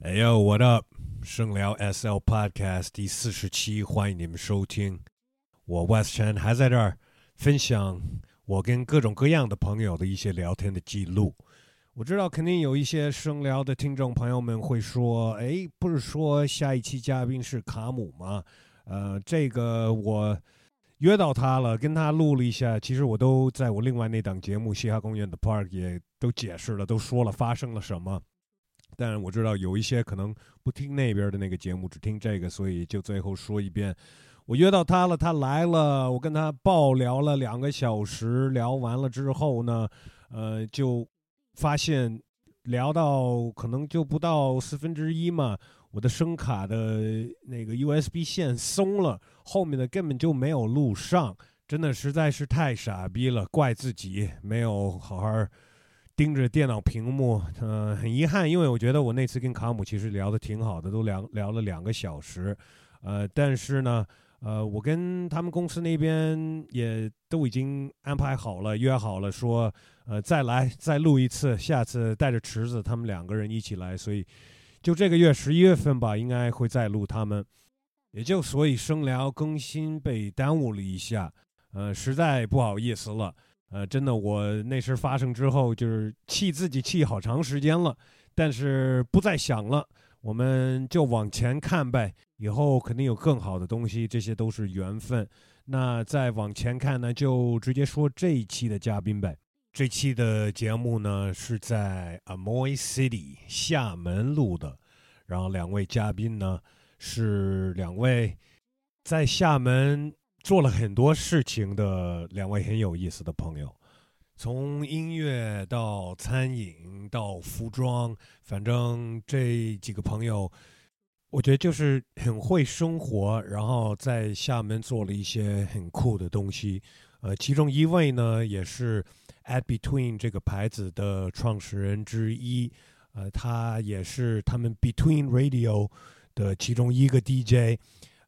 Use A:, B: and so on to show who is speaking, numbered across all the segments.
A: 哎呦，What up？生聊 SL Podcast 第四十期，欢迎你们收听。我 West Chen 还在这儿分享我跟各种各样的朋友的一些聊天的记录。我知道肯定有一些生聊的听众朋友们会说：“哎，不是说下一期嘉宾是卡姆吗？”呃，这个我约到他了，跟他录了一下。其实我都在我另外那档节目《嘻哈公园的 Park》也都解释了，都说了发生了什么。但我知道有一些可能不听那边的那个节目，只听这个，所以就最后说一遍。我约到他了，他来了，我跟他爆聊了两个小时，聊完了之后呢，呃，就发现聊到可能就不到四分之一嘛，我的声卡的那个 USB 线松了，后面的根本就没有录上，真的实在是太傻逼了，怪自己没有好好盯着电脑屏幕，嗯、很遗憾，因为我觉得我那次跟卡姆其实聊的挺好的，都聊聊了两个小时，呃，但是呢，呃，我跟他们公司那边也都已经安排好了，约好了说，呃，再来再录一次，下次带着池子他们两个人一起来，所以就这个月十一月份吧，应该会再录他们，也就所以生聊更新被耽误了一下，呃，实在不好意思了。呃，真的，我那事发生之后，就是气自己气好长时间了，但是不再想了，我们就往前看呗，以后肯定有更好的东西，这些都是缘分。那再往前看呢，就直接说这一期的嘉宾呗。这期的节目呢是在 Amoy City 厦门录的，然后两位嘉宾呢是两位在厦门做了很多事情的两位很有意思的朋友，从音乐到餐饮到服装，反正这几个朋友，我觉得就是很会生活，然后在厦门做了一些很酷的东西。呃，其中一位呢也是 At Between 这个牌子的创始人之一，呃，他也是他们 Between Radio 的其中一个 DJ。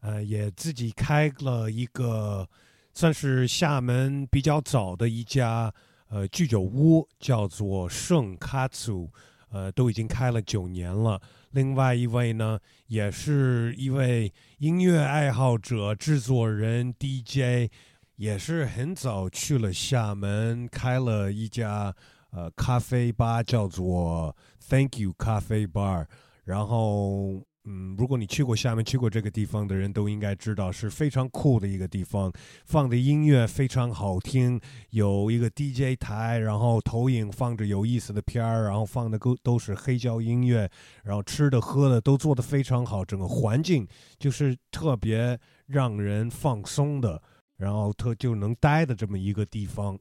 A: 呃，也自己开了一个算是厦门比较早的一家呃居酒屋，叫做盛卡祖，呃，都已经开了九年了。另外一位呢，也是一位音乐爱好者、制作人、DJ，也是很早去了厦门，开了一家呃咖啡吧，叫做 Thank You 咖啡 bar。然后嗯，如果你去过厦门、去过这个地方的人都应该知道，是非常酷的一个地方，放的音乐非常好听，有一个 DJ 台，然后投影放着有意思的片儿，然后放的都都是黑胶音乐，然后吃的喝的都做得非常好，整个环境就是特别让人放松的，然后特就能待的这么一个地方。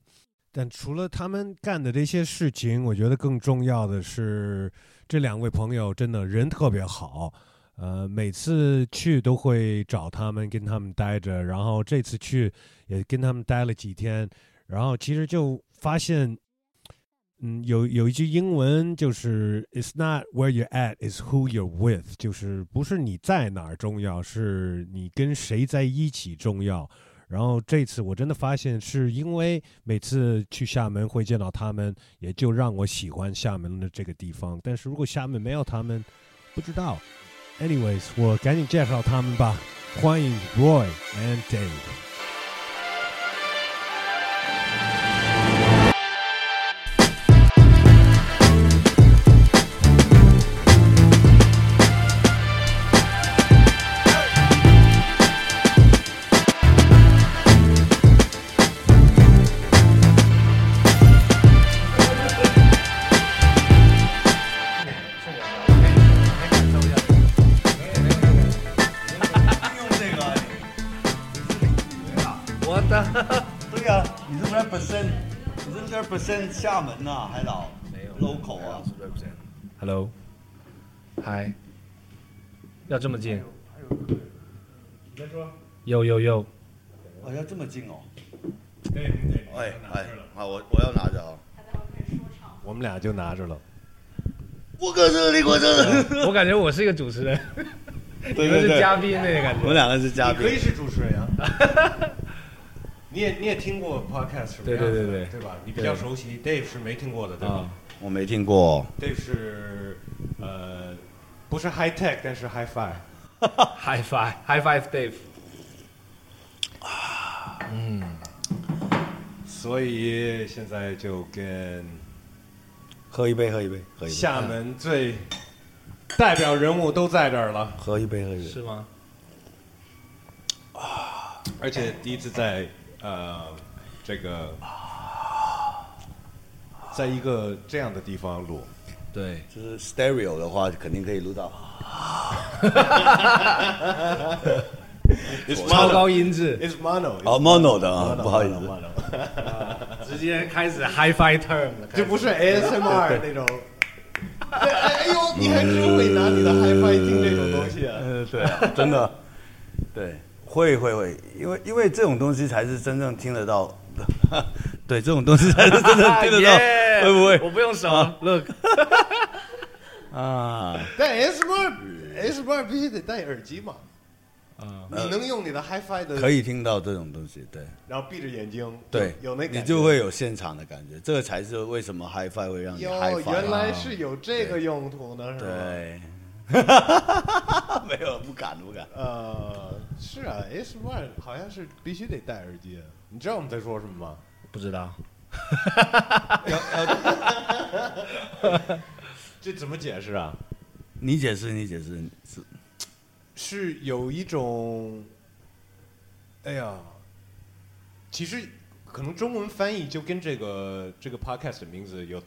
A: 但除了他们干的这些事情，我觉得更重要的是，这两位朋友真的人特别好，呃，每次去都会找他们，跟他们待着，然后这次去也跟他们待了几天，然后其实就发现，嗯，有有一句英文就是 "It's not where you're at, it's who you're with"，就是不是你在哪儿重要，是你跟谁在一起重要。然后这次我真的发现，是因为每次去厦门会见到他们，也就让我喜欢厦门的这个地方。但是如果厦门没有他们，不知道。Anyways，我赶紧介绍他们吧。欢迎 Roy and Dave。
B: 用这个，
C: 我的
B: 对呀、你是不是本身，你是不是本身厦门呐、海岛
C: 没有
B: local 啊？
C: Hello，嗨，要这么近？有有 有，
B: 我、要这么近哦。哎哎，好，我我要拿着啊。
A: 我们俩就拿着了。
B: 我搁这里，我这里。
C: 我感觉我是一个主持人，你们是嘉宾那个感
B: 我
C: 觉。
B: 们两个是嘉宾。
A: 是主持人啊。 你也你也听过 podcast 什
C: 么样子的对对对对对
A: 吧？你
C: 比较熟
A: 悉，Dave 是没听过的，
C: 啊，
B: 我没听过。
A: ？Dave 是呃不是 high tech，但是 high five。
C: High five，High five Dave。
A: 所以现在就跟
B: 喝一杯，喝一杯，喝一杯，
A: 厦门最代表人物都在这儿了，
B: 喝一杯，喝一杯。
C: 是吗？
A: 而且第一次在呃这个在一个这样的地方录，
C: 对，
B: 就是 stereo 的话，肯定可以录到。
C: 超高音质，
A: It's mono，
B: 哦，mono 的啊，不好意思，
C: 直接开始 High five term 了。
A: 这不是 ASMR 那种。哎哎呦，你还是会拿你的 HiFi 听这种东西啊？
B: 呃，对啊，真的，对，会会会，因为因为这种东西才是真正听得到， 对，这种东西才是真正听 得到，
C: Yeah，
B: 会不会
C: 我不啊用手，Look，
B: 啊？
A: 但 ASMR，ASMR 必须得戴耳机嘛。
C: 嗯
A: 你能用你的 HiFi 的，
B: 可以听到这种东西，对
A: 然后闭着眼睛，
B: 对，
A: 有有那感觉
B: 你就会有现场的感觉，这个才是为什么 HiFi 会让你
A: 哟，
B: HiFi，啊
A: 原来是有这个用途的，是吧？。
B: 对， 没有不敢不敢，
A: 呃，是啊，ASMR 好像是必须得戴耳机。啊你知道我们在说什么吗？
C: 不知道，
A: 这怎么解释啊？
B: 你解释你解释是
A: 是有一种，哎呀，其实可能中文翻译就跟这个这个 podcast 的名字有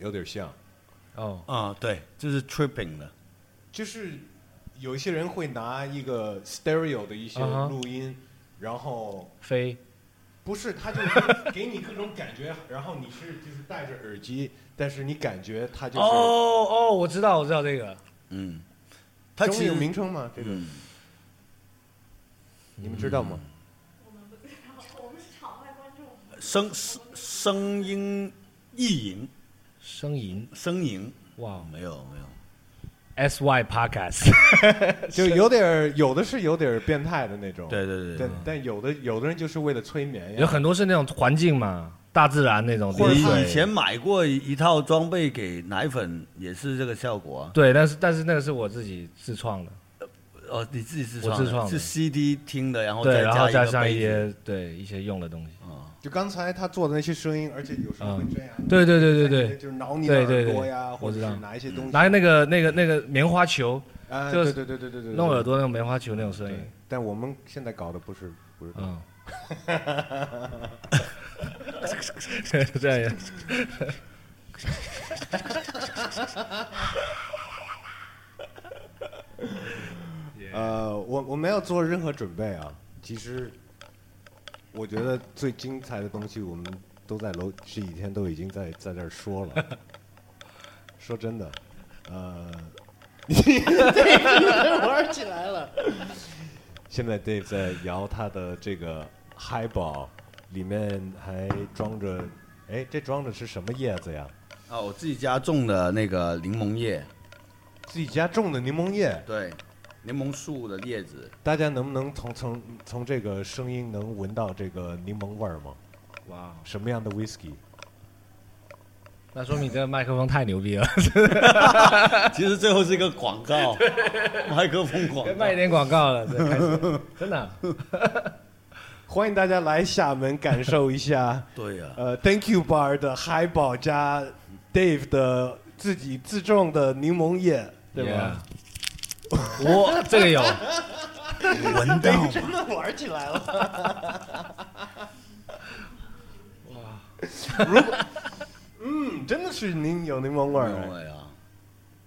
A: 有点像，
C: 哦，
B: 啊，对，就是 tripping 的，
A: 就是有一些人会拿一个 stereo 的一些
C: 啊哈
A: 录音然后
C: 飞，
A: 不是， 他就是给你各种感觉，然后你是就是戴着耳机，但是你感觉它就是
C: 哦哦，我知道，我知道这个，
B: 嗯，它
A: 中
B: 其
A: 文有
B: 实
A: 名称吗？这个
B: 嗯。
A: 你们知道吗？
D: 我们不知道，我们是场外观众。
B: 声声声音意淫，
C: 声银，
B: 声淫
C: 哇
B: 没有没有，
C: ，S Y Podcast，嗯
A: 就有点儿有的是有点儿变态的那种，
B: 对对对
A: 但，
C: 嗯
A: 但有的有的人就是为了催眠
C: 有
A: 呀，
C: 很多是那种环境嘛，大自然那种，
B: 我
C: 比如说
B: 以前买过一套装备给奶粉，也是这个效果啊。
C: 对，但是但是那个是我自己自创的，
B: 哦，你自己自
C: 我
B: 创的，
C: 自创的
B: 是 CD 听的，然后哦
C: 对，
B: 再
C: 然后加
B: 一个
C: 上一
B: 杯子。
C: 些对一些用的东西，
B: 啊，
A: 就刚才他做的那些声音，而且有时候会这样，
C: 对对嗯对对对，
A: 就是挠你的耳朵呀，
C: 对对对
A: 或者
C: 我知
A: 是
C: 道
A: 拿一些东西，
C: 拿那个那个那个棉花球
A: 啊，
C: 就
A: 对
C: 是
A: 对对对对对，
C: 弄耳
A: 朵，
C: 朵那种棉花球那种声
A: 对
C: 音，，
A: 但我们现在搞的不是不是，
C: 嗯，这样，
A: 呃，我我没有做任何准备啊，其实我觉得最精彩的东西我们都在楼这几天都已经在在这儿说 了，说真的，呃。
D: 玩起来了。
A: 现在 Dave 在摇他的这个嗨宝，里面还装着，哎，这装的是什么叶子呀？
B: 啊，我自己家种的那个柠檬叶，
A: 自己家种的柠檬叶，
B: 对，柠檬树的叶子，
A: 大家能不能从从从这个声音能闻到这个柠檬味儿吗？
C: 哇，哦
A: 什么样的 whisky？
C: 那说明你这个麦克风太牛逼了，
B: 其实最后是一个广告，麦克风 广
C: 该
B: 告。
C: 卖一点广告了，这 开始真的，啊
A: 欢迎大家来厦门感受一下，
B: 对呀、啊，
A: 呃，Thank You Bar 的嗨宝加 Dave 的自己自种的柠檬叶，对吧？
C: Yeah？我这个有，
B: 闻到吗？
A: 真的玩起来了。
C: 哇，
A: 如果，嗯，真的是柠有柠檬味儿。
B: 有啊呀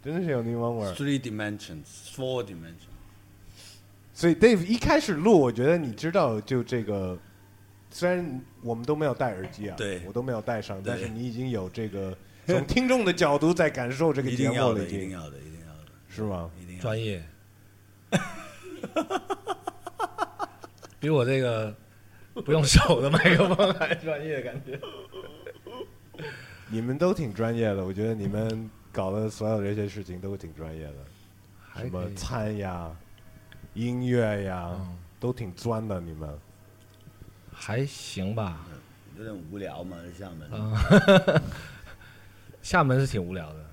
A: 真的是有柠檬味儿。
B: ，three dimensions, four dimensions。
A: 所以 Dave 一开始录，我觉得你知道，就这个，虽然我们都没有戴耳机啊，
B: 对
A: 我都没有戴上，
B: 对
A: 但是你已经有这 个从听众的角度在感受这个
B: 一
A: 节
B: 定
A: 目
B: 要
A: 了，
B: 的，
A: 已
B: 一定
A: 经
B: 要的，一定要的，
A: 是吗？
B: 一定要的。
C: 专业，比我这个不用手的麦克风还专业，感觉。
A: 你们都挺专业的，我觉得你们搞的所有这些事情都挺专业的，
C: 还
A: 什
C: 可
A: 么
C: 以
A: 餐呀、音乐呀，
C: 嗯
A: 都挺钻的。你们
C: 还行吧，啊
B: 有点无聊嘛，厦门。
C: 厦门是挺无聊的，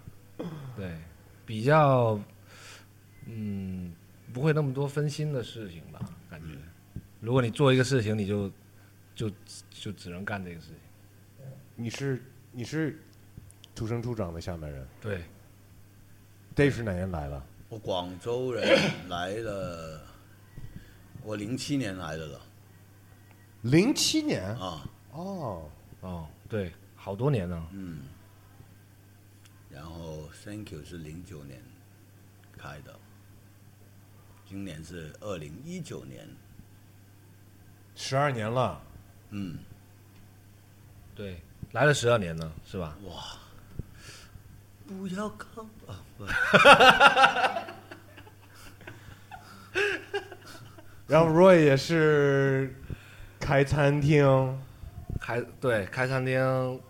C: 对，比较嗯，不会那么多分心的事情吧？感觉，如果你做一个事情，你就就就只能干这个事情。
A: 你是你是土生土长的厦门人，
C: 对，
A: 这是哪年来的？
B: 我广州人来了，我零七年来的了
A: 零七年
B: 啊，
A: 哦，
C: 哦，对，好多年呢。
B: 嗯，然后 Thank you 是零九年开的，今年是二零一九年，
A: 十二年了，
B: 嗯，
C: 对，来了十二年呢，是吧？
B: 哇，不要靠啊！不
A: 然后 Roy 也是开餐厅
C: 开对开餐厅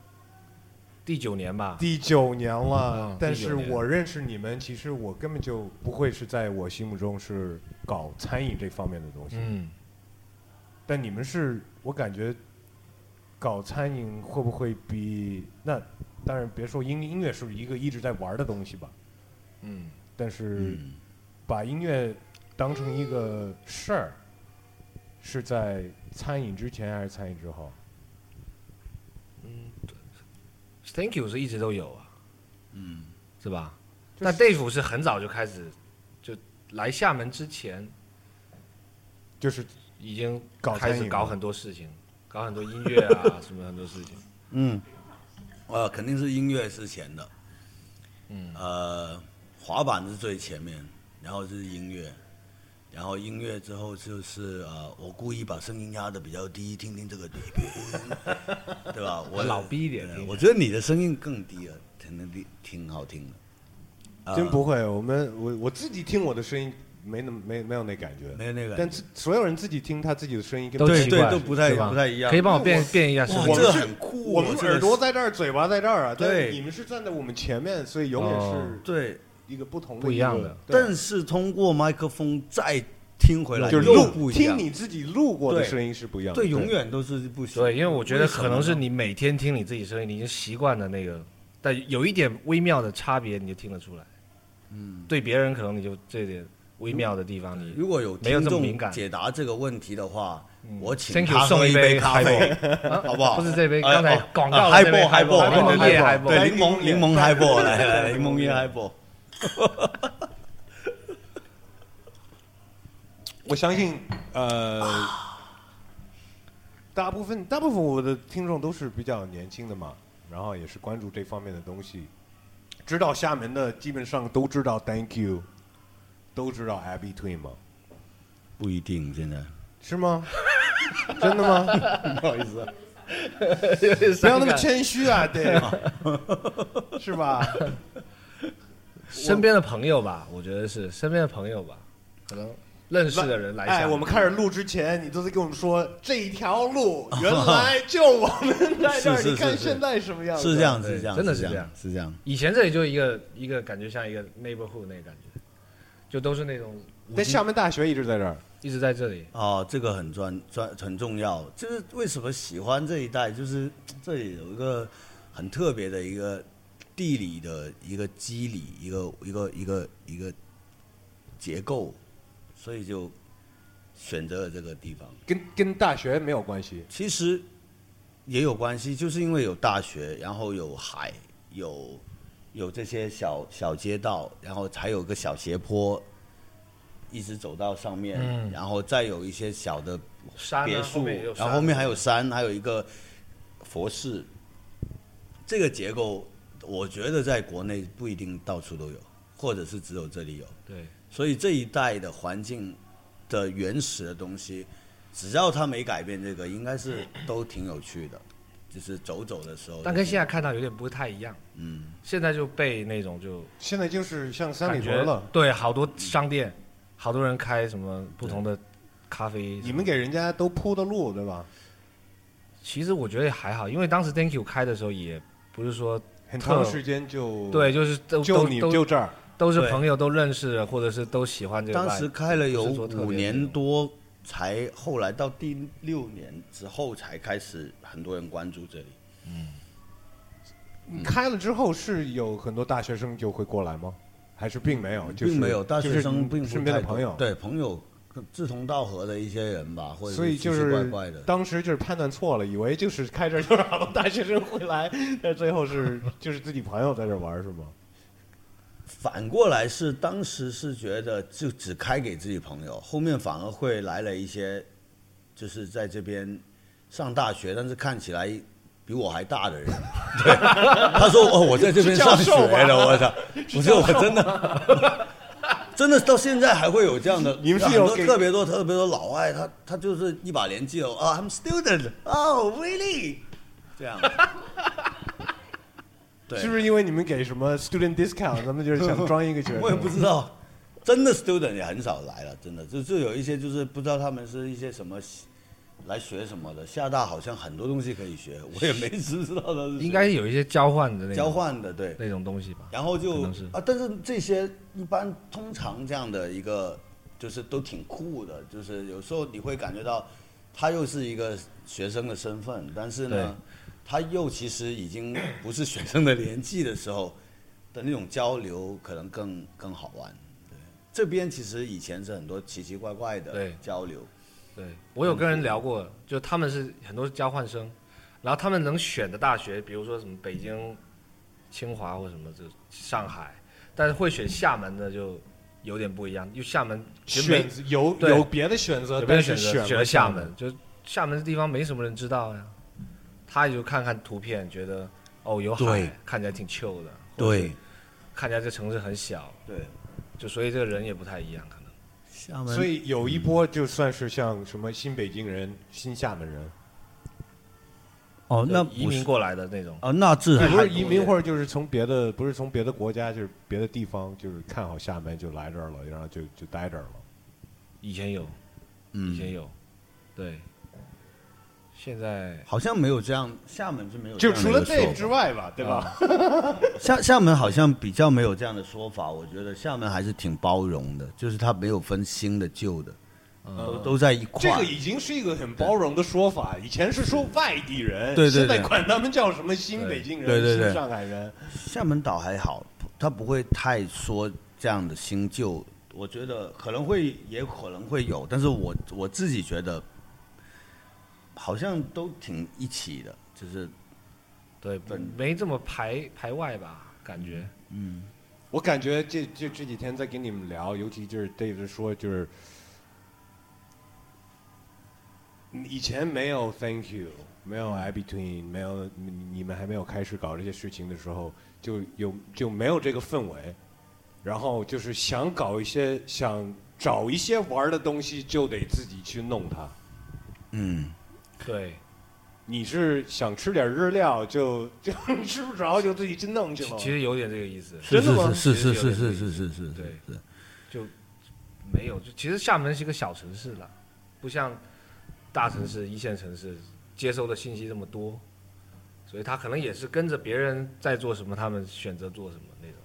C: 第九年吧，
A: 第九年了
C: 嗯，
A: 但
C: 第
A: 是
C: 九年
A: 我认识你们，其实我根本就不会是在我心目中是搞餐饮这方面的东西，
C: 嗯，
A: 但你们是我感觉搞餐饮会不会比那当然别说音音乐是一个一直在玩的东西吧，
C: 嗯，
A: 但是
B: 嗯，
A: 把音乐当成一个事儿，是在餐饮之前还是餐饮之后？
C: Thank you 是一直都有啊，
B: 嗯，
C: 是吧？
A: 就是
C: 但 Dave 是很早就开始，就来厦门之前
A: 就是
C: 已经
A: 搞
C: 开
A: 餐
C: 始
A: 饮
C: 搞
A: 吗
C: 很多事情，搞很多音乐啊，什么很多事情。
B: 嗯，呃，肯定是音乐是前的，嗯，呃，滑板是最前面，然后是音乐，然后音乐之后就是呃，我故意把声音压的比较低，听听这个低，对 吧？我
C: 老逼一点
B: 对
C: 听起来
B: 我觉得你的声音更低了，挺低，挺好听的。呃
A: 真不会，我们我我自己听我的声音没那么没没有那感觉，
B: 没有那个，
A: 但自所有人自己听他自己的声音跟
C: 都
A: 别
B: 对
A: 人
C: 奇
B: 对
C: 怪
B: 都不太
C: 是吧
B: 不太一样
C: 可以帮我
A: 那
C: 变
A: 我
C: 变一下声
B: 哇
C: 音
A: 我
B: 这
C: 吗
A: 们
B: 个
A: 是
B: 很酷
A: 我
B: 啊
A: 们
B: 这个
A: 耳朵在这儿，嘴巴在这儿啊，但是
B: 对
A: 你们是站在我们前面，所以永远
C: 哦
A: 是
B: 对，
A: 一个不同的
C: 不一
A: 个
C: 样的
A: 对
B: 但是通过麦克风再听回来
A: 就是
B: 又
A: 录
B: 不一
A: 听
B: 样，
A: 你自己录过的
B: 对
A: 声音是不一样的，
B: 对永远都是不行。
C: 对，因为我觉得
B: 什么
C: 可能是
B: 呢
C: 你每天听你自己声音，你已经习惯了那个，但有一点微妙的差别你就听得出来。嗯，对别人可能你就这点微妙的地方你，
B: 如果有
C: 没有
B: 听
C: 这么
B: 众
C: 敏感嗯
B: 解答这个问题的话，我请
C: Thank you，
B: 他
C: 送
B: 喝
C: 一杯
B: 杯咖啡，
C: 啊
B: 好不好？
C: 不是这杯
B: 哎
C: 刚才
B: 哦
C: 广告的
B: 嗨
C: 那杯
B: 波嗨波，
C: 嗨波
B: 对对对对
C: 柠檬叶嗨波
B: 柠
A: 柠
B: 檬
A: 檬叶
B: 柠檬嗨波，来来来，柠檬叶嗨波，
A: 我相信，
B: 哎
A: 呃，
B: 啊
A: 大部分大部分我的听众都是比较年轻的嘛，然后也是关注这方面的东西，知道厦门的基本上都知道 Thank You，都知道 Abby Twin 吗？
B: 不一定现在。
A: 是 吗？真的吗？
B: 不好意思，
A: 不要那么谦虚 啊，对， 是吧？
C: 身边的朋友吧，我觉得是身边的朋友吧，可能认识的人来
A: 哎，
C: 厦门
A: 我们开始录之前，你都在跟我们说这一条 路原来就我们在这
B: 是是
A: 儿，
B: 是
A: 你看
B: 是
A: 现在什么样子？啊
B: 是这样，
C: 对
B: 是这样，
C: 真的是
B: 是
C: 这
B: 样
C: 样，
B: 是这样。
C: 以前这里就一个一个感觉像一个 neighborhood 那个感觉，就都是那种无
A: 但
C: 机
A: 厦门大学一直在这儿。
C: 一直在这里，
B: 哦，这个很专专很重要，就是为什么喜欢这一带，就是这里有一个很特别的一个地理的一个机理，一个一个一个一个结构，所以就选择了这个地方。
A: 跟跟大学没有关系。
B: 其实也有关系，就是因为有大学，然后有海，有有这些小小街道，然后还有个小斜坡，一直走到上面，
C: 嗯
B: 然后再有一些小的
C: 山、啊、啊
B: 别
C: 后
B: 墅
C: 面也有，
B: 然后后面还有山，还有一个佛寺。这个结构，我觉得在国内不一定到处都有，或者是只有这里有。
C: 对
B: 所以这一代的环境的原始的东西，只要它没改变，这个应该 是都挺有趣的。就是走走的时候，
C: 但跟现在看到有点不太一样。
B: 嗯，
C: 现在就被那种就
A: 现在就是像三
C: 感
A: 里
C: 觉
A: 屯了，
C: 对，好多商店，好多人开什么不同的咖啡。
A: 你们给人家都铺的路，对吧？
C: 其实我觉得也还好，因为当时 Thank You 开的时候也不是说
A: 很长时间就
C: 对，，就是都
A: 就你
C: 都都
A: 就这儿，
C: 都是
B: 对
C: 朋友都认识的，或者是都喜欢这个 vibe。
B: 当时开了有
C: 不是说特别
B: 五
C: 那
B: 年
C: 种
B: 多，才后来到第六年之后才开始很多人关注这里。
A: 嗯开了之后是有很多大学生就会过来吗？还是并没有，就是
B: 并没有大
A: 就
B: 学
A: 是
B: 生并不
A: 身边
B: 太
A: 的
B: 多
A: 朋友，
B: 对朋友志同道合的一些人吧，或者
A: 所以就
B: 奇奇怪
A: 是
B: 怪的，
A: 当时就是判断错了，以为就是开这儿就是好多大学生会来，但最后是就是自己朋友在这玩儿是吗？
B: 反过来是当时是觉得就只开给自己朋友，后面反而会来了一些，就是在这边上大学，但是看起来比我还大的人。 对，他说哦，我在这边上学的，我 操！我说我真的， 真的到现在还会有这样的，
A: 你们是
B: 很
A: 有
B: 多
A: 给
B: 特别多特别多老外，他他就是一把年纪了啊，I'm student，哦、oh,，really，这样。对，
A: 是不是因为你们给什么 student discount，咱们就是想装一个学生？
B: 我也不知道，真的 student 也很少来了，真的就就有一些就是不知道他们是一些什么来学什么的。厦大好像很多东西可以学，我也没知知道他是学
C: 应该有一些交换的那种
B: 交换的对。
C: 那种东西吧。
B: 然后
C: 可
B: 就
C: 能是
B: 啊，但是这些一般通常这样的一个就是都挺酷的，就是有时候你会感觉到他又是一个学生的身份，但是
C: 对
B: 呢，他又其实已经不是学生的年纪的时候的那种交流可能更更好玩。对，这边其实以前是很多奇奇怪怪的
C: 对
B: 交流，
C: 对我有跟人聊过，就他们是很多是交换生，然后他们能选的大学，比如说什么北京、清华或什么，就上海，但是会选厦门的就有点不一样，因为厦门其实没
A: 选有
C: 对
A: 有别的选择，
C: 有没有
A: 但
C: 选
A: 是
C: 择选
A: 选
C: 了
A: 了
C: 厦门，就厦门这地方没什么人知道呀，他也就看看图片，觉得哦有
B: 对
C: 海，看起来挺 chill 的，或者是，看起来这城市很小，
B: 对，
C: 就所以这个人也不太一样，可能。
B: 厦
A: 所以有一波就算是像什么新北京人、新厦门人，
B: 哦
C: 就移民过来的那种，
B: 啊，那自
A: 不是移民或者就是从别的，不是从别的国家，就是别的地方，就是看好厦门就来这儿了，然后就就待这儿了。
C: 以前有，
B: 嗯
C: 以前有，对，现在
B: 好像没有这样，厦门就没有这
A: 就
B: 样的
A: 除
B: 一个
A: 了这
B: 说法，
A: 之外吧，对吧？
B: 厦厦门好像比较没有这样的说法，我觉得厦门还是挺包容的，就是它没有分新的旧的，都
C: 嗯，
B: 都在一
A: 这
B: 块。
A: 个已经是一个很包容的说法，以前是说外地人，
B: 对对对
A: 现在管他们叫什么新北京人、
B: 对对对
A: 新上海人，
B: 厦门岛还好，不它不会太说这样的新旧，我觉得可能会也可能会有，但是我我自己觉得好像都挺一起的，就是
C: 对
B: 本，
C: 没这么排排外吧，感觉，
A: 我感觉这这这几天在跟你们聊，尤其就是 Dave 说，就是以前没有 Thank you，没有 I between，没有你你们还没有开始搞这些事情的时候，就有就没有这个氛围，然后就是想搞一些想找一些玩儿的东西，就得自己去弄它。
B: 嗯，
C: 对，
A: 你是想吃点日料就就吃不着就自己去弄去
C: 其
A: 了。
C: 其实有点 这个意思，
A: 真的吗
B: 是是
C: 其实有
B: 是
C: 点
B: 是是是是是，
C: 对
B: 是
C: 就没有，就其实厦门是一个小城市了，不像大城市、一线城市接收的信息这么多，所以他可能也是跟着别人在做什么，他们选择做什么那种。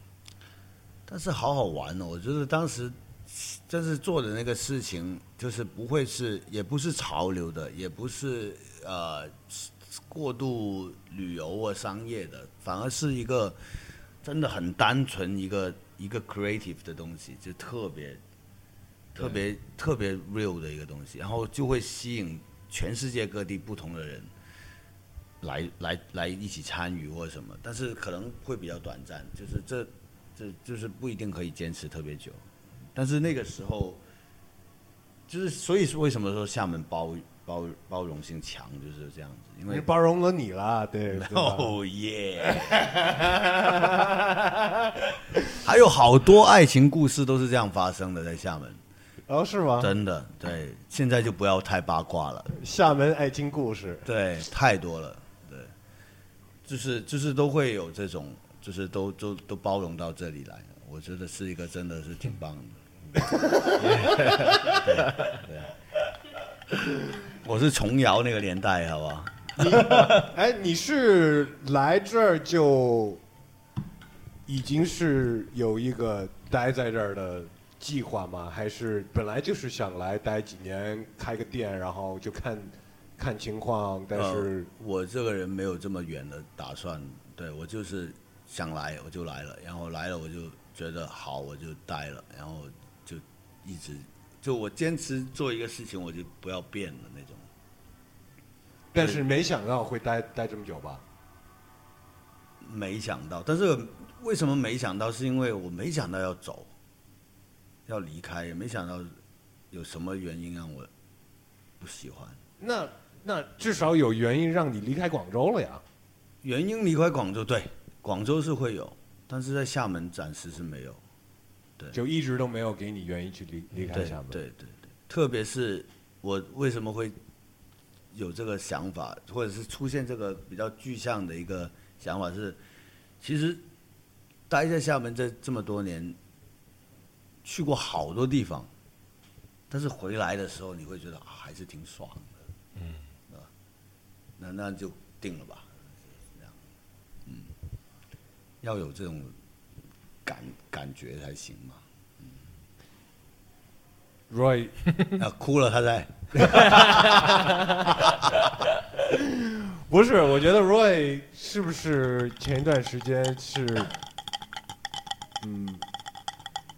B: 但是好好玩哦！我觉得当时真是做的那个事情，就是不会是，也不是潮流的，也不是呃过度旅游啊商业的，反而是一个真的很单纯一个一个 creative 的东西，就特别特别特别 real 的一个东西，然后就会吸引全世界各地不同的人。来来来一起参与或什么，但是可能会比较短暂，就是这这就是不一定可以坚持特别久。但是那个时候，就是所以是为什么说厦门包包包容性强就是这样子，因
A: 你
B: 为
A: 包容了你了，对。对吧
B: 哦耶， 还有好多爱情故事都是这样发生的，在厦门，
A: 哦，是吗？
B: 真的对，现在就不要太八卦了。
A: 厦门爱情故事，
B: 对，太多了，对，就是就是都会有这种，就是都都都包容到这里来，我觉得是一个真的是挺 棒的。对对，啊我是琼瑶那个年代，好不好？
A: 哎，你是来这儿就已经是有一个待在这儿的计划吗？还是本来就是想来待几年，开个店，然后就看 看情况？但是
B: 呃我这个人没有这么远的打算，对我就是想来我就来了，然后来了我就觉得好，我就待了，然后就一直就我坚持做一个事情，我就不要变的那种。
A: 但是没想到会待待这么久吧？
B: 没想到，但是为什么没想到？是因为我没想到要走，要离开，也没想到有什么原因让我不喜欢。
A: 那那至少有原因让你离开广州了呀。
B: 原因离开广州，对，广州是会有，但是在厦门暂时是没有。
A: 就一直都没有给你原因去离离
B: 对
A: 开厦门。
B: 对对对，特别是我为什么会有这个想法，或者是出现这个比较具象的一个想法是，其实待在厦门这这么多年，去过好多地方，但是回来的时候你会觉得、啊、还是挺爽的，嗯，啊，那那就定了吧，这样，嗯，要有这种感感觉才行 嘛。
A: Roy，
B: 啊，哭了，他在。
A: 不是，我觉得 Roy 是不是前一段时间是，嗯，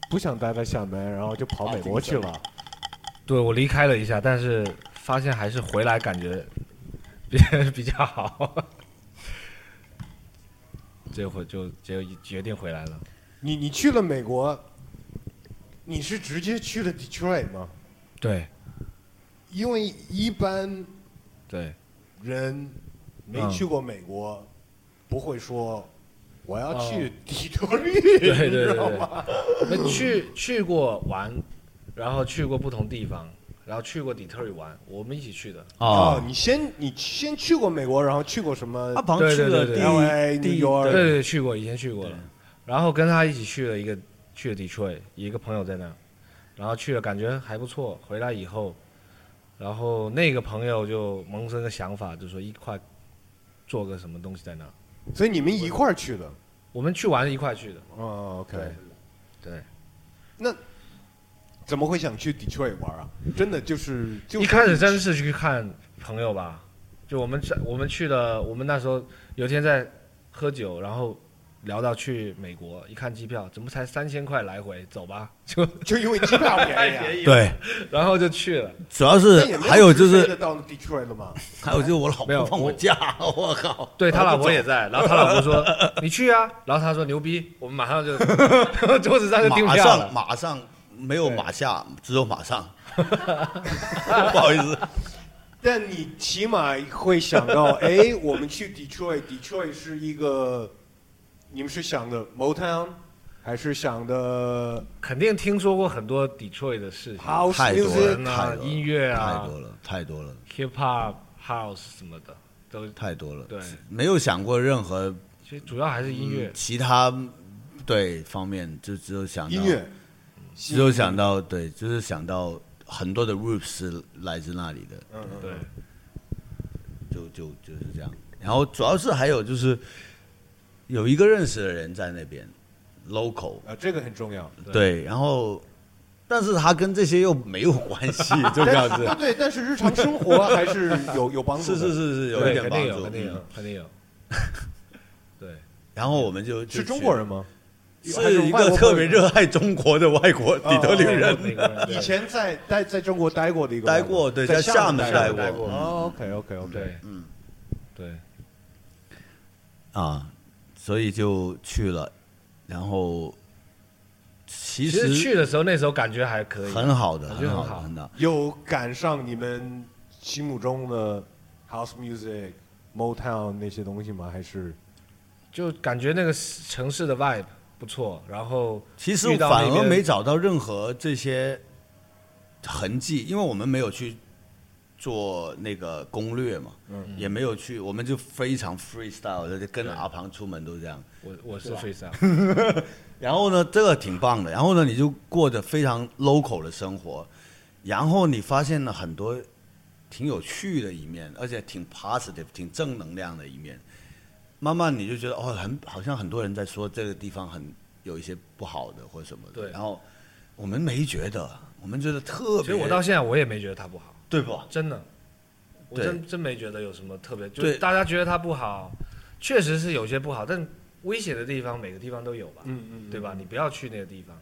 A: 不想待在厦门，然后就跑美国去了。
C: 对我离开了一下，但是发现还是回来感觉比 比较好。这会就就决定回来了。
A: 你你去了美国，你是直接去了 Detroit 吗？
C: 对
A: 因为一般
C: 对，
A: 人没
C: 嗯
A: 去过美国，不会说我要去
C: 哦
A: 底特律，
C: 对对
A: 你知
C: 对
A: 道
C: 对
A: 吗？
C: 那去去过玩，然后去过不同地方，然后去过底特律玩，我们一起去的。
B: 啊
C: 啊
A: 哦，你先你先去过美国，然后去过什么
B: 阿庞去了
C: 对对
B: 第
C: 对
A: LA
B: 第
A: New York
C: 对
A: 对
C: 对对，去过，以前去过了。然后跟他一起去了一个去了 Detroit，一个朋友在那儿，然后去了感觉还不错。回来以后，然后那个朋友就萌生个想法，就说一块做个什么东西在那儿。
A: 所以你们一块儿去的。
C: 我们去玩是一块去的，
A: 哦，OK，
C: 对对。
A: 怎么会想去 Detroit 玩啊？真的就是就
C: 一开始真是去看朋友吧，就我们在我们去了，我们那时候有一天在喝酒，然后聊到去美国，一看机票怎么才三千块来回，走吧，就
A: 就因为机票便宜啊。
C: 宜
B: 对，
C: 然后就去了。
B: 主要
A: 那
B: 是
A: 也没
B: 还有就
A: 直飞
B: 是
A: 的到 Detroit 了吗？
B: 还有就是我老
C: 没有
B: 婆放我
C: 我
B: 假，我靠！
C: 对他老婆也在，然后他老婆 说你去啊，然后他说牛逼，我们马上就桌子上就订
B: 马
C: 票
B: 上
C: 了。
B: 马上没有
C: 对
B: 马下，只有马 上。不好意思，
A: 但你起码会想 到，哎，我们去 Detroit，Detroit 是一个，你们是想的 Motown，还是想的
C: 肯定听说过很多 Detroit 的事情
A: House
B: 太多了，
A: Music？
C: 人啊
B: 太多了
C: 音乐啊
B: 太多了，太多了，
C: ，hip hop、house 什么的，都
B: 太多了。
C: 对
B: 没有想过任何嗯
C: 其实主要还是音乐。
B: 其他对方面，就只有想到
A: 音乐，
B: 只有想到对，就是想到很多的 roots 是来自那里的。
A: 嗯，嗯
C: 对，
B: 就就就是这样。然后主要是还有就是有一个认识的人在那边，local，
A: 啊，这个很重要。
C: 对
B: 对，然后但是他跟这些又没有关系，就这 样
A: 但是
B: 子
A: 对。对，但是日常生活还是有有帮助
B: 是
A: 的。
B: 是是是，有一
C: 对
B: 点
C: 肯
B: 帮
C: 定有，
B: 助
C: 肯。定有
B: 嗯，
C: 肯定 有。对，
B: 然后我们就是就
A: 中
B: 去
A: 国人吗？还
B: 是一
A: 外
B: 个
A: 国
B: 特
A: 朋
B: 别
A: 友
B: 热爱中国的外国
A: 哦
B: 底特律人，
C: 美国人
A: 以前在待在中国待过的一个
B: 待
A: 外
B: 过
A: 国
B: 对
A: 人，
B: 在厦
A: 厦
B: 门
C: 待
A: 过。
B: 过
C: 过
A: 哦，OK OK OK，
C: 对，
B: 嗯
C: 对，
B: 啊，所以就去了。然后其
C: 其实
B: 实
C: 去的时候那时候感觉还可以，
B: 很好的，
C: 我觉得
B: 很好
C: 很
B: 的，
C: 好
B: 很好。
A: 有赶上你们心目中的 house music、Motown 那些东西吗？还是
C: 就感觉那个城市的 vibe 不错，然后
B: 其实
C: 遇到
B: 反
C: 那
B: 而
C: 边
B: 没找到任何这些痕迹，因为我们没有去做那个攻略嘛，
C: 嗯
B: 也没有去，我们就非常 freestyle，的就跟阿庞出门都这样。
C: 我我是 freestyle，
B: 然后呢，这个挺棒的。然后呢，你就过着非常 local 的生活，然后你发现了很多挺有趣的一面，而且挺 positive、挺正能量的一面。慢慢你就觉得哦，很好像很多人在说这个地方很有一些不好的或者什么的。
C: 对
B: 然后我们没觉得，我们觉得特别。
C: 其实我到现在我也没觉得它不好，
B: 对吧？
C: 真的，我
B: 对
C: 真真没觉得有什么特别，就
B: 对
C: 是大家觉得它不好，确实是有些不好，但危险的地方每个地方都有吧，
A: 嗯嗯，
C: 对吧？你不要去那个地方。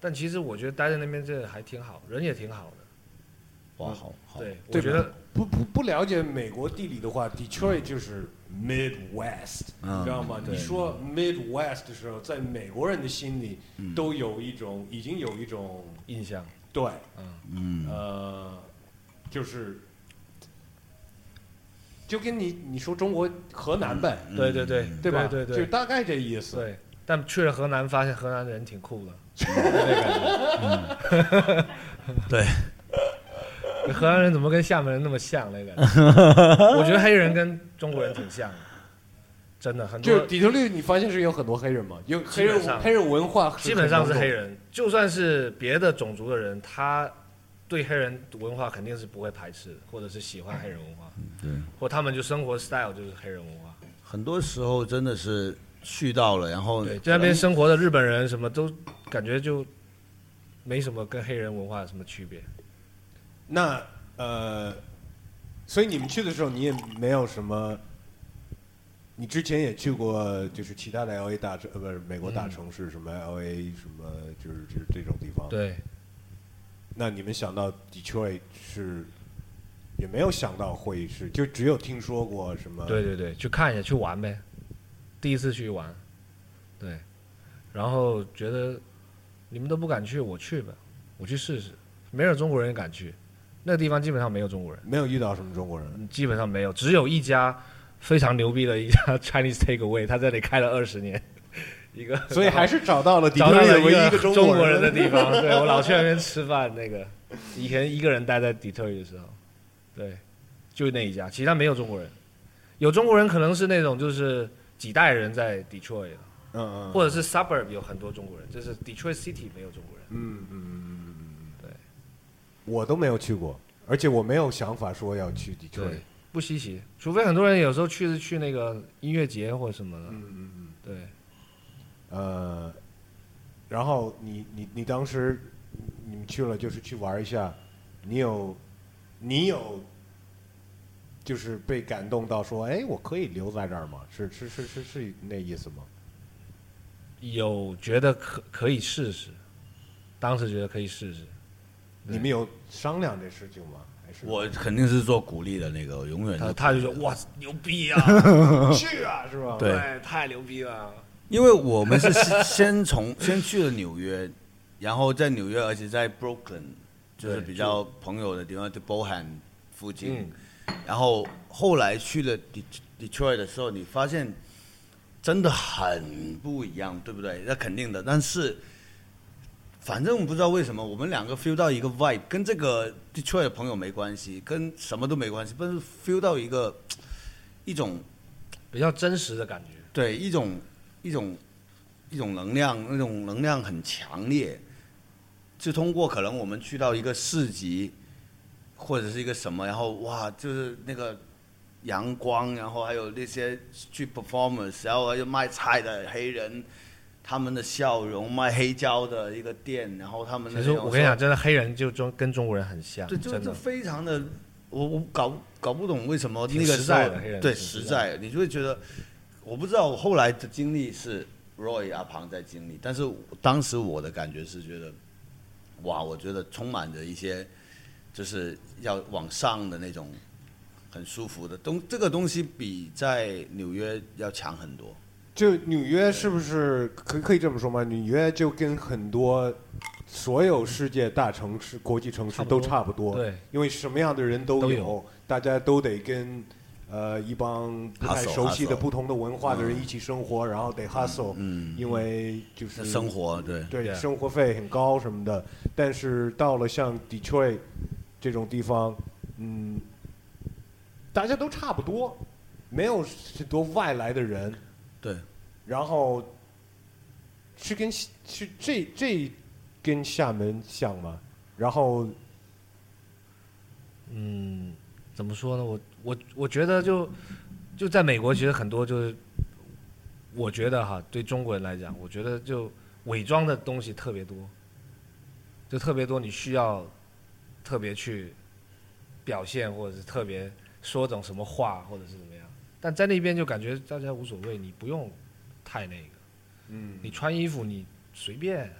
C: 但其实我觉得待在那边真的还挺好，人也挺好的。
B: 哇，好好，
C: 嗯对，我
A: 对吧
C: 觉得
A: 不不不了解美国地理的话，Detroit 就是 Midwest，、
B: 嗯
A: 你知道吗？
B: 对
A: 你说 Midwest 的时候，在美国人的心里
B: 嗯
A: 都有一种，已经有一种
C: 印象，
A: 对，
B: 嗯，
C: 啊
A: 呃，就是就跟你你说中国河南呗，
C: 对对对，
A: 嗯对吧？
C: 对
A: 就
C: 对
A: 大概这意思。
C: 对。但去了河南，发现河南人挺酷的，
B: 对，
C: 河南人怎么跟厦门人那么像那个？ 我觉得黑人跟中国人挺像的，真的很
A: 就是
C: 多，
A: 底特律，你发现是有很多黑人嘛？有黑
C: 基本
A: 人
C: 上
A: 黑人文化
C: 基本上是黑
A: 人。
C: 人，就算是别的种族的人，他对黑人文化肯定是不会排斥的，或者是喜欢黑人文化，
B: 对，
C: 或他们就生活 style 就是黑人文化。
B: 很多时候真的是去到了，然后
C: 对，在那边生活的日本人什么都感觉就没什么跟黑人文化有什么区别。
A: 那呃，所以你们去的时候，你也没有什么。你之前也去过，就是其他的 L A 大城，呃，不是美国大城市，什么 L A 什么，就是就是这种地方。。
C: 对，
A: 那你们想到 Detroit 是，也没有想到会是，就只有听说过什么。
C: 对。对对，去看一下，去玩呗。第一次去玩，对，然后觉得你们都不敢去，我去吧，我去试试。没有中国人敢去，那个地方基本上没有中国人，
A: 没有遇到什么中国人。
C: 基本上没有，只有一家非常牛逼的一家 Chinese Takeaway，他在这里开了二十年，一个
A: 所以还是找到了底
C: 找
A: 特
C: 到
A: 律
C: 了
A: 唯一一个
C: 中
A: 国
C: 人的地方。对我老去那 边吃饭，那个以前一个人待在底特律的时候，对，就那一家，其他没有中国人。有中国人可能是那种就是几代人在 Detroit，了
A: 嗯嗯
C: 或者是 suburb 有很多中国人，就是 Detroit City 没有中国人。
A: 嗯嗯嗯嗯。
C: 对。
A: 我都没有去过，而且我没有想法说要去 Detroit。，
C: 不稀奇，除非很多人有时候去是去那个音乐节或者什么的。
A: 嗯嗯嗯。
C: 对，
A: 呃，然后你你你当时你们去了，就是去玩一下，你有你有就是被感动到说，哎，我可以留在这儿吗？是是是是是那意思吗？
C: 有觉得可可以试试，当时觉得可以试试。对
A: 你们有商量这事情吗？还是
B: 我肯定是做鼓励的那个，永远
C: 他
B: 都
C: 他就说哇牛逼啊，
A: 去 啊，是吧？
B: 对，
C: 太牛逼了。
B: 因为我们是先先从先去了纽约，然后在纽约，而且在 Brooklyn，就是
C: 对
B: 比较朋友的地方，就 Bohan 附
C: 嗯
B: 近。然后后来去了 Det- Detroit 的时候，你发现真的很不一样，对不对？那肯定的，但是。反正我不知道为什么，我们两个 feel 到一个 vibe，跟这个 Detroit 的朋友没关系，跟什么都没关系，但是 feel 到一个一种
C: 比较真实的感觉。
B: 对一种一种一种能量，那种能量很强烈，就通过可能我们去到一个市集或者是一个什么，然后哇，就是那个阳光，然后还有那些去 performance，然后还有卖菜的黑人。他们的笑容，卖黑胶的一个店，然后他们的
C: 其实
B: 那种
C: 我跟你讲，真的黑人就中跟中国人很像，
B: 对，就
C: 啊真
B: 就
C: 的。
B: 非常的，我我搞搞不懂为什么
C: 挺
B: 那个
C: 实
B: 时候
C: 在的黑人
B: 对
C: 挺实
B: 实在，你就会觉得，我不知道我后来的经历是 Roy 阿庞在经历，但是当时我的感觉是觉得，哇，我觉得充满着一些就是要往上的那种很舒服的东，这个东西比在纽约要强很多。
A: 就纽约是不是可可以这么说吗？纽约就跟很多所有世界大城市、国际城市
C: 差不
A: 都
C: 多
A: 差不多，
C: 对，
A: 因为什么样的人都
C: 都
A: 有
C: 有，
A: 大家都得跟呃一帮不太
B: Hustle，
A: 熟悉的
B: hustle
A: 不同的文化的人一起生活，然后得 hustle，
B: 嗯
A: 因为就是
C: 嗯
B: 生活对，
A: 对
C: Yeah
A: 生活费很高什么的，但是到了像 Detroit 这种地方，嗯，大家都差不多，没有很多外来的人，
B: 对，
A: 然后是跟西是这这跟厦门像吗？然后
C: 嗯，怎么说呢？我我我觉得就就在美国，其实很多就是，我觉得哈，对中国人来讲，我觉得就伪装的东西特别多，就特别多，你需要特别去表现，或者是特别说种什么话，或者是怎么样。但在那边就感觉大家无所谓，你不用太那个。
A: 嗯，
C: 你穿衣服你随便，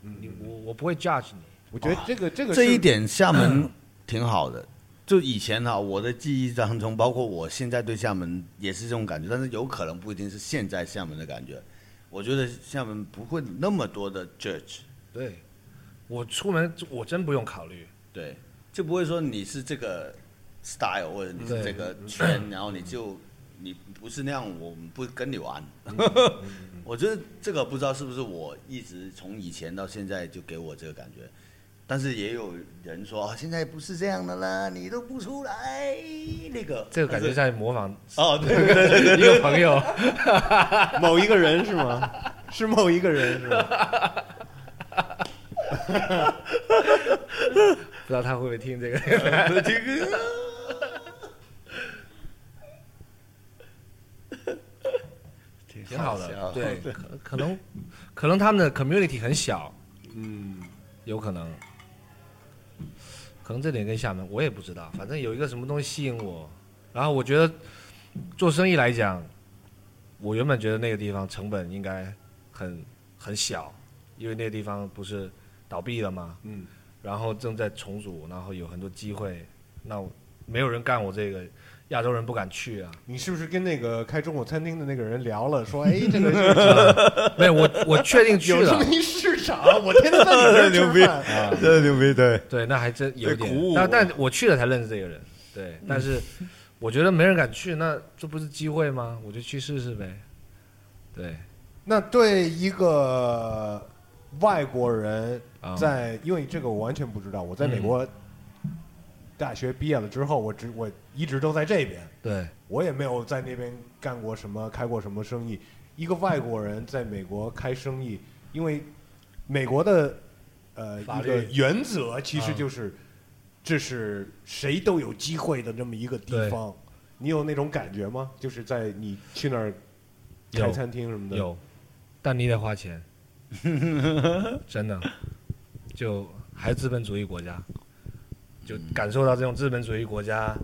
C: 你
A: 嗯，
C: 我我不会 judge 你。
A: 我觉得这个这个
B: 这
A: 是
B: 一点 厦门挺好的。就以前哈、我的记忆当中，包括我现在对厦门也是这种感觉，但是有可能不一定是现在厦门的感觉。我觉得厦门不会那么多的 judge，
C: 对，我出门我真不用考虑。
B: 对，就不会说你是这个 style 或者你是这
C: 对
B: 个圈，然后你就你不是那样，我们不跟你玩。我觉得这个不知道是不是我一直从以前到现在就给我这个感觉，但是也有人说啊，现在不是这样的啦，你都不出来那个
C: 这个感觉在模仿
B: 哦，对对对对
C: 一个朋友，
A: 某一个人是吗？是某一个人是吗？
C: 不知道他会不会听这个。
B: 对，这个
C: 挺好的，对，
B: 对
C: 可可能可能他们的 community 很小，
A: 嗯，
C: 有可能，可能这点跟厦门我也不知道，反正有一个什么东西吸引我，然后我觉得做生意来讲，我原本觉得那个地方成本应该很很小，因为那个地方不是倒闭了吗？
A: 嗯，
C: 然后正在重组，然后有很多机会，那我没有人干我这个，亚洲人不敢去啊，
A: 你是不是跟那个开中国餐厅的那个人聊了？ 说，哎，这个是
C: 没有我我确定去
A: 有这
C: 了
A: 么。一市场，我天天在你这儿
B: 啊 牛
A: 吃
B: 逼
A: 饭。啊
B: 这牛逼，对，
C: 对，那还真有
B: 被鼓舞
C: 点。但但我去了才认识这个人，对。但是我觉得没人敢去，那这不是机会吗？我就去试试呗。对，
A: 那对一个外国人
C: 啊、
A: 在，因为这个我完全不知道。我
B: 嗯
A: 在美国大学毕业了之后，我只我一直都在这边，
C: 对，
A: 我也没有在那边干过什么，开过什么生意。一个外国人在美国开生意，因为美国的呃
C: 法
A: 一
C: 律
A: 个原则其实
C: 嗯
A: 就是，这是谁都有机会的这么一个地
C: 对
A: 方。你有那种感觉吗？就是在你去那儿开
C: 有
A: 餐厅什么的，
C: 有，但你得花钱，真的，就还是资本主义国家，就感受到这种资本主义国家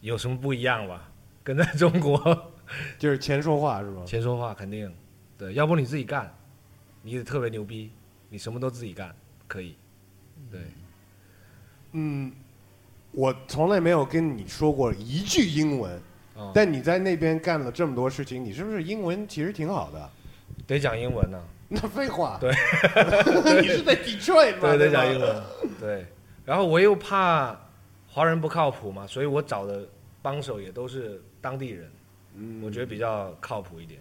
C: 有什么不一样吧？跟在中国
A: 就是钱说话是吧？
C: 钱说话肯定，对，要不你自己干，你得特别牛逼，你什么都自己干可以，对。
A: 嗯，我从来没有跟你说过一句英文，
C: 哦
A: 但你在那边干了这么多事情，你是不是英文其实挺好的？
C: 得讲英文呢、
A: 那废话，
C: 对，
A: 你是在 Detroit 吗？
C: 得
A: 吧
C: 讲英文， 对。然后我又怕华人不靠谱嘛，所以我找的帮手也都是当地人，
A: 嗯
C: 我觉得比较靠谱一点。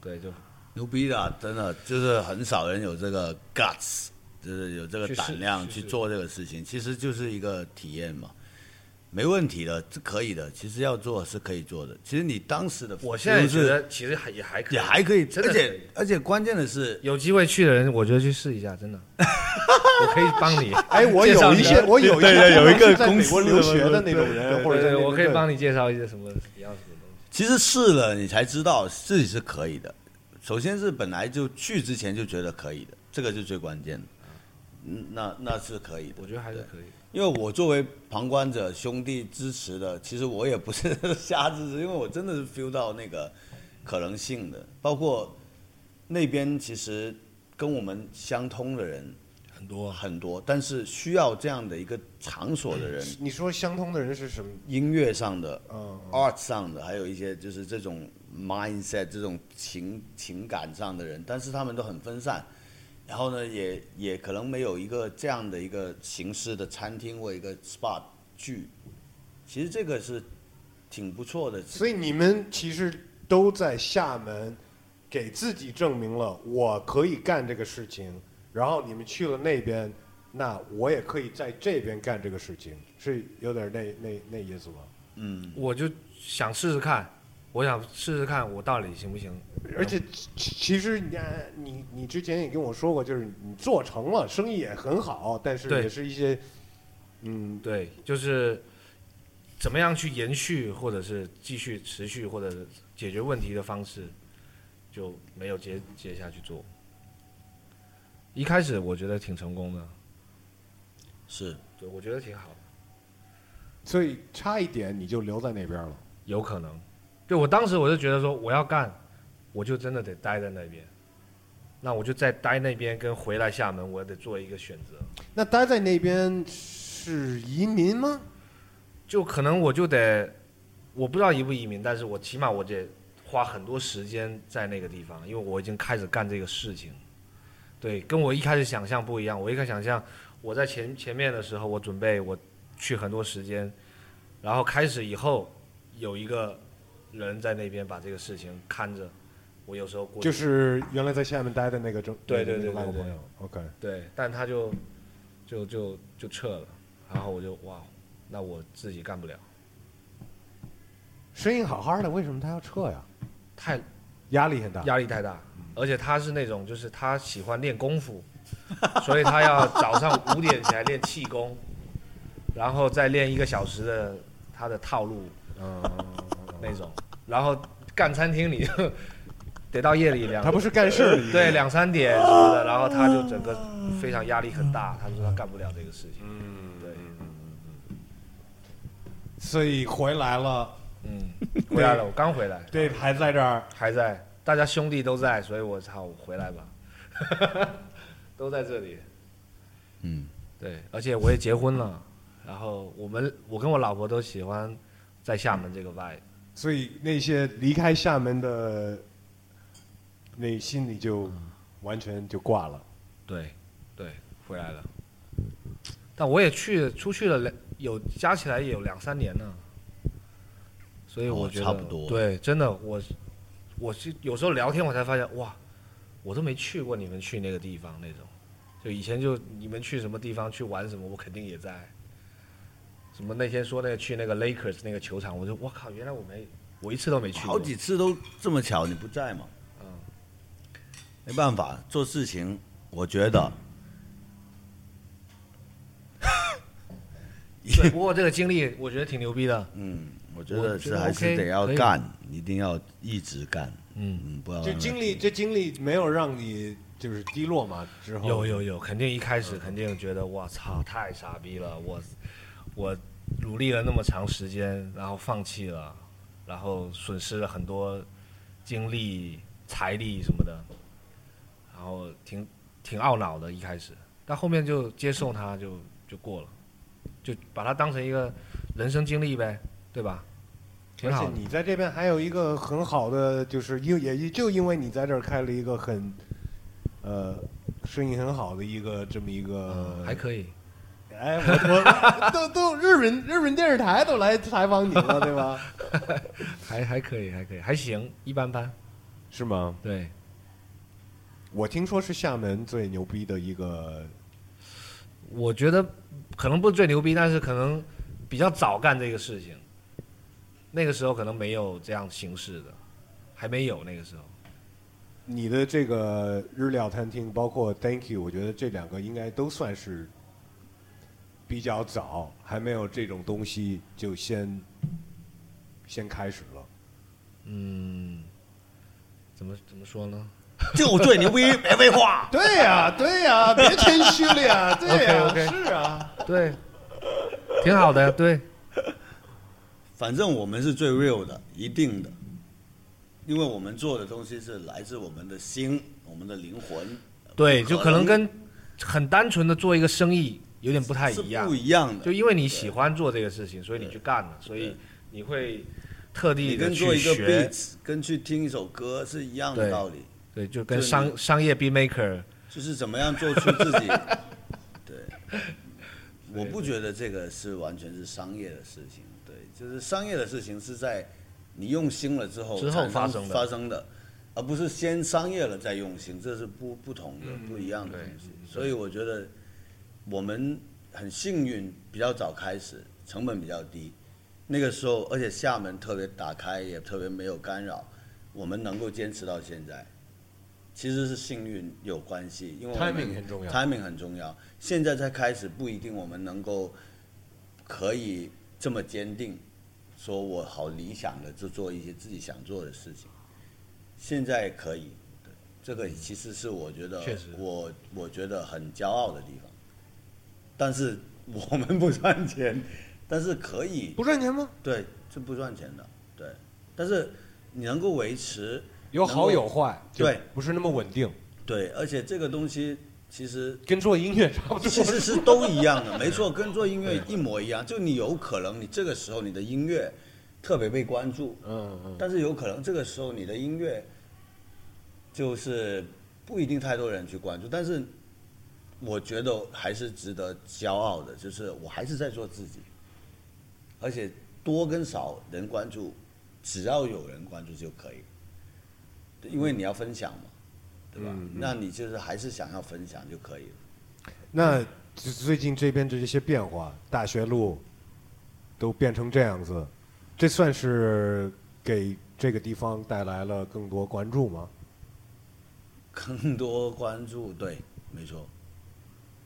C: 对，就
B: 牛逼的，啊真的就是很少人有这个 guts，就是有这个
C: 去试
B: 胆量
C: 去
B: 去
C: 试
B: 做这个事情，其实就是一个体验嘛，没问题的，这可以的，其实要做是可以做的。其实你当时的
C: 我现在觉
B: 是
C: 得其实还也还可以，
B: 也还可以，
C: 真
B: 而
C: 的可
B: 且
C: 以
B: 而且关键的是，
C: 有机会去的人，我觉得去试一下，真的，我可以帮你。
A: 哎，我
C: 介绍
A: 有
C: 你
A: 一些，我有一
B: 对对
A: 些
B: 有一个
A: 可能是在
B: 公
A: 美
B: 司
A: 国留学的那种人，或者
C: 对对，
A: 在那边
C: 我可以
A: 对
C: 帮你介绍一些什么你要什么东西。
B: 其实试了你才知道自己是可以的。首先是本来就去之前就觉得可以的，这个是最关键的。嗯，那那是可以的。
C: 我觉得还是
B: 对
C: 可以。
B: 因为我作为旁观者、兄弟支持的，其实我也不是 瞎支持，因为我真的是 feel 到那个可能性的。包括那边其实跟我们相通的人
C: 很多
B: 很多，但是需要这样的一个场所的人，
A: 你说相通的人是什么？
B: 音乐上的、
A: 嗯，
B: art 上的，还有一些就是这种 mindset 这种情情感上的人，但是他们都很分散。然后呢，也也可能没有一个这样的一个形式的餐厅或一个 SPA 剧，其实这个是挺不错的。
A: 所以你们其实都在厦门，给自己证明了我可以干这个事情。然后你们去了那边，那我也可以在这边干这个事情，是有点那那那意思吧？
B: 嗯，
C: 我就想试试看，我想试试看我到底行不行。
A: 而且其其实你你你之前也跟我说过，就是你做成了，生意也很好，但是
C: 对
A: 也是一些嗯
C: 对，就是怎么样去延续，或者是继续持续，或者是解决问题的方式，就没有接接下去做。一开始我觉得挺成功的，
B: 是
C: 对我觉得挺好的，
A: 所以差一点你就留在那边了。
C: 有可能。对我当时我就觉得说我要干，我就真的得待在那边。那我就在待那边跟回来厦门，我得做一个选择。
A: 那待在那边是移民吗？
C: 就可能我就得，我不知道移不移民，但是我起码我得花很多时间在那个地方，因为我已经开始干这个事情。对，跟我一开始想象不一样。我一开始想象我在前前面的时候，我准备我去很多时间，然后开始以后有一个人在那边把这个事情看着，我有时候过去
A: 就是原来在厦门待的那个中
C: 对对
A: 那
C: 对
A: 个外国
C: 对对
A: 朋友，OK，
C: 对，但他就就就就撤了，然后我就哇，那我自己干不了，
A: 生意好好的，为什么他要撤呀？
C: 太
A: 压力很大，嗯
C: 压力太大，而且他是那种就是他喜欢练功夫， 所以他要早上五点起来练气功，然后再练一个小时的他的套路
A: 嗯，
C: 那种，然后干餐厅里就得到夜里两
A: 他不是干事儿的一个
C: 对
A: 人，
C: 两三点什么的，然后他就整个非常压力很大，他说他干不了这个事情，
A: 嗯，
C: 对，
A: 所以回来了，
C: 嗯，回来了，我刚回来，
A: 对，还在这儿，
C: 还在，大家兄弟都在，所以我操，我回来吧， 都在这里。
B: 嗯，
C: 对，而且我也结婚了，然后我们我跟我老婆都喜欢在厦门这个 vibe，
A: 所以那些离开厦门的，那心里就完全就挂了。
C: 对，对，回来了。但我也去出去了两有加起来也有两三年呢，所以
B: 哦
C: 我觉得、
B: 差不多
C: 对，真的我我是有时候聊天我才发现哇，我都没去过你们去那个地方那种，就以前就你们去什么地方去玩什么，我肯定也在。什么那天说那个去那个 Lakers 那个球场，我就我靠，原来我没我一次都没去过。
B: 好几次都这么巧，你不在嘛？
C: 嗯
B: 没办法，做事情，我觉得
C: 对，不过这个经历我觉得挺牛逼的。
B: 嗯，我觉
C: 我
B: 得
C: 觉
B: 是
C: 得
B: 还
C: OK，
B: 是得要
C: 可以
B: 干，一定要一直干，
C: 嗯，
B: 嗯，不要
A: 就
B: 让
A: 经历，这经历没有让你就是低落嘛？之后
C: 有有有，肯定一开始肯定觉得我操太傻逼了，我我努力了那么长时间，然后放弃了，然后损失了很多精力、财力什么的，然后挺挺懊恼的，一开始，但后面就接受它就就过了，就把它当成一个人生经历呗，对吧？挺
A: 而
C: 好
A: 且
C: 的，
A: 你在这边还有一个很好的，就是因为也就因为你在这儿开了一个很，呃，生意很好的一个这么一个
C: 嗯，，还可以。
A: 哎，我我都 都日本日本电视台都来采访你了，对 吧？
C: 还还可以，还可以，还行，一般般。
A: 是吗？
C: 对，
A: 我听说是厦门最牛逼的一个，
C: 我觉得可能不是最牛逼，但是可能比较早干这个事情。那个时候可能没有这样形式的，还没有那个时候。
A: 你的这个日料餐厅，包括 Thank You，我觉得这两个应该都算是比较早，还没有这种东西就先先开始了。
C: 嗯，怎么怎么说呢
B: 就最牛逼，没废话。
A: 对呀、对呀、别谦虚了 呀，对呀、
C: OK，OK
A: 是啊，
C: 对，挺好的，对，
B: 反正我们是最 real 的，一定的，因为我们做的东西是来自我们的心，我们的灵魂。
C: 对，
B: 不
C: 就可能跟很单纯的做一个生意有点不太
B: 是
C: 一样
B: 不。一样的，
C: 就因为你喜欢做这个事情，所以你去干了，所以你会特
B: 你
C: 地的
B: 跟
C: 去
B: 做一个
C: 学，
B: beat，跟去听一首歌是一样的
C: 对
B: 道理，
C: 对，就跟
B: 就是
C: 商商业 B maker
B: 就是怎么样做出自 己。对，我不觉得这个是完全是商业的事情，对，就是商业的事情是在你用心了之后
C: 之后
B: 产
C: 发生的
B: 发生的。而不是先商业了再用心，这是不不同的、
C: 嗯
B: 不一样的东西。所以我觉得我们很幸运，比较早开始，成本比较低。那个时候，而且厦门特别打开，也特别没有干扰，我们能够坚持到现在，其实是幸运有关系，因为我们
A: Timing 很重要
B: timing 很重要。现在才开始，不一定我们能够可以这么坚定，说我好理想的就做一些自己想做的事情。现在可以，对这个
A: 嗯
B: 其实是我觉得
C: 确实
B: 我我觉得很骄傲的地方。但是我们不赚钱，但是可以
A: 不赚钱吗？
B: 对，这不赚钱的，对。但是你能够维持，
A: 有好有坏，
B: 对，
A: 不是那么稳定，
B: 对，而且这个东西其实
A: 跟做音乐 差不多。
B: 其实是都一样的，没错，跟做音乐一模一样。就你有可能你这个时候你的音乐特别被关注，
A: 嗯嗯，
B: 但是有可能这个时候你的音乐就是不一定太多人去关注，但是我觉得还是值得骄傲的，就是我还是在做自己，而且多跟少人关注，只要有人关注就可以，对因为你要分享嘛，对吧？那你就是还是想要分享就可以了。
A: 那就最近这边的这些变化，大学路都变成这样子，这算是给这个地方带来了更多关注吗？
B: 更多关注，对，没错，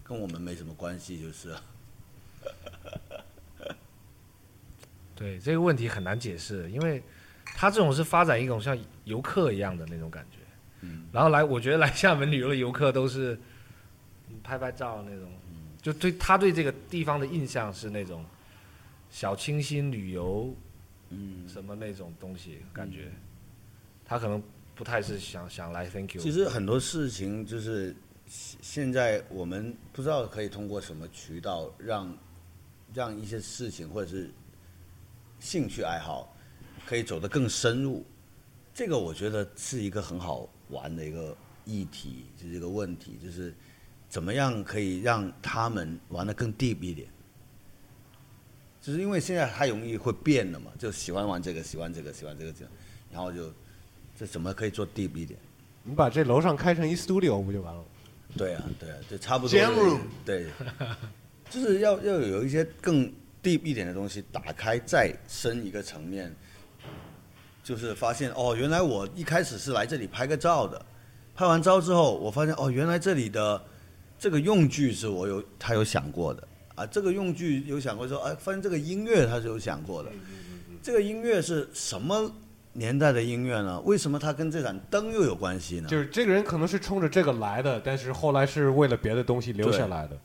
B: 跟我们没什么关系就是了。
C: 对这个问题很难解释，因为他这种是发展一种像游客一样的那种感觉，
B: 嗯
C: 然后来我觉得来厦门旅游的游客都是嗯拍拍照那种，
B: 嗯
C: 就对他对这个地方的印象是那种小清新旅游
B: 嗯，
C: 什么那种东西感觉，他可能不太是想想来 thank you，
B: 其实很多事情就是现现在我们不知道可以通过什么渠道让让一些事情或者是兴趣爱好可以走得更深入，这个我觉得是一个很好玩的一个议题，就是一个问题，就是怎么样可以让他们玩得更 deep 一点。就是因为现在太容易会变了嘛，就喜欢玩这个，喜欢这个，喜欢这个这样，然后就这怎么可以做 deep 一点？
A: 你把这楼上开成一 studio 不就完了？
B: 对啊，对啊，就差不多。
A: Jam room
B: 对，就是要要有一些更 deep 一点的东西打开，再深一个层面，就是发现哦，原来我一开始是来这里拍个照的，拍完照之后，我发现哦，原来这里的这个用具是我有他有想过的啊，这个用具有想过说，哎、发现这个音乐他是有想过的，这个音乐是什么年代的音乐呢？为什么它跟这盏灯又有关系呢？
A: 就是这个人可能是冲着这个来的，但是后来是为了别的东西留下来的。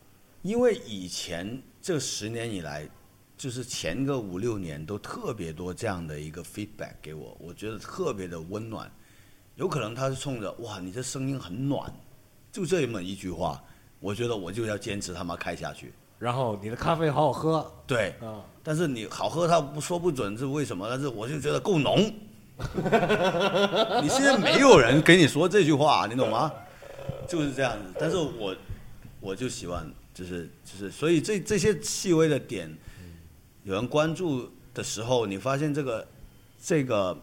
B: 因为以前这十年以来，就是前个五六年都特别多这样的一个 feedback 给我，我觉得特别的温暖。有可能他是冲着哇，你这声音很暖，就这么一句话，我觉得我就要坚持他妈开下去。
A: 然后你的咖啡好好喝，
B: 对，
A: 啊，
B: 但是你好喝，他不说不准是为什么，但是我就觉得够浓。 你现在没有人给你说这句话，你懂吗？就是这样子。但是我我就喜欢，就是就是，所以这这些细微的点，有人关注的时候，你发现这个这个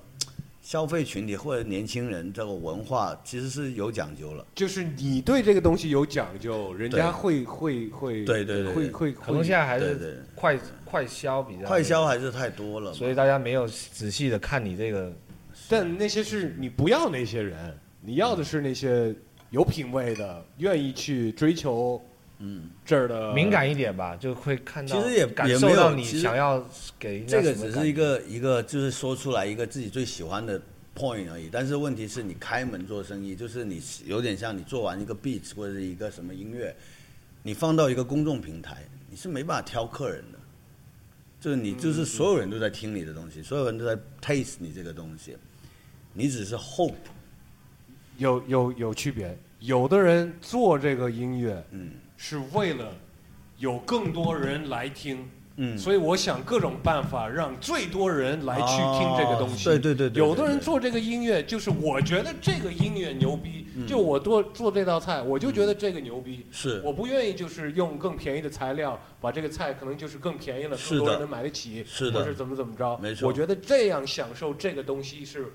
B: 消费群体或者年轻人这个文化其实是有讲究了。
A: 就是你对这个东西有讲究，人家
B: 对
A: 会会会，
B: 对对对
A: 会
B: 对
A: 会
C: 可能
A: 会
C: 现在还
B: 对对
C: 是快快消比较
B: 快消，还是太多了嘛，
C: 所以大家没有仔细的看你这个
A: 但那些是你不要那些人，你要的是那些有品位的，愿意去追求
B: 嗯，
A: 这儿的
C: 敏。感一点吧，就会看到
B: 其实也
C: 感
B: 也没
C: 受
B: 有
C: 到你
B: 其实
C: 想要给人家
B: 这个
C: 什么
B: 只
C: 感
B: 是一
C: 觉
B: 个一个，就是说出来一个自己最喜欢的 point 而已。但是问题是你开门做生意，就是你有点像你做完一个 beat 或者是一个什么音乐，你放到一个公众平台，你是没办法挑客人的。就是你
A: 嗯
B: 就是所有人都在听你的东西，所有人都在 taste 你这个东西，你只是 hope，
A: 有有有区别。有的人做这个音乐
B: 嗯
A: 是为了有更多人来听，
B: 嗯，
A: 所以我想各种办法让最多人来去听这个东西。
B: 哦对对对对对
A: 有的人做这个音乐，就是我觉得这个音乐牛逼，
B: 嗯
A: 就我做做这道菜，我就觉得这个牛逼。
B: 是
A: 我不愿意就是用更便宜的材料把这个菜可能就是更便宜了，
B: 是
A: 更
B: 的
A: 多人能买得起，
B: 是的
A: 或是怎么怎么着。
B: 没错
A: 我觉得这样享受这个东西是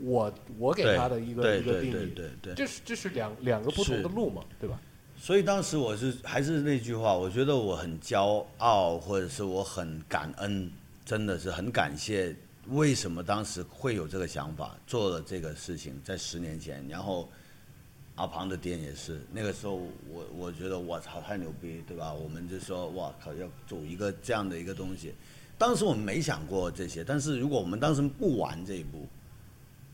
A: 我我给
B: 对
A: 他的一个
B: 对
A: 一个
B: 对
A: 定义。
B: 对对对。
A: 这是这是两两个不同的
B: 是
A: 路嘛，对吧？
B: 所以当时我是还是那句话，我觉得我很骄傲，或者是我很感恩，真的是很感谢。为什么当时会有这个想法，做了这个事情，在十年前，然后阿庞的店也是，那个时候我我觉得我操太牛逼，对吧？我们就说哇靠，要走一个这样的一个东西。当时我们没想过这些，但是如果我们当时不玩这一步，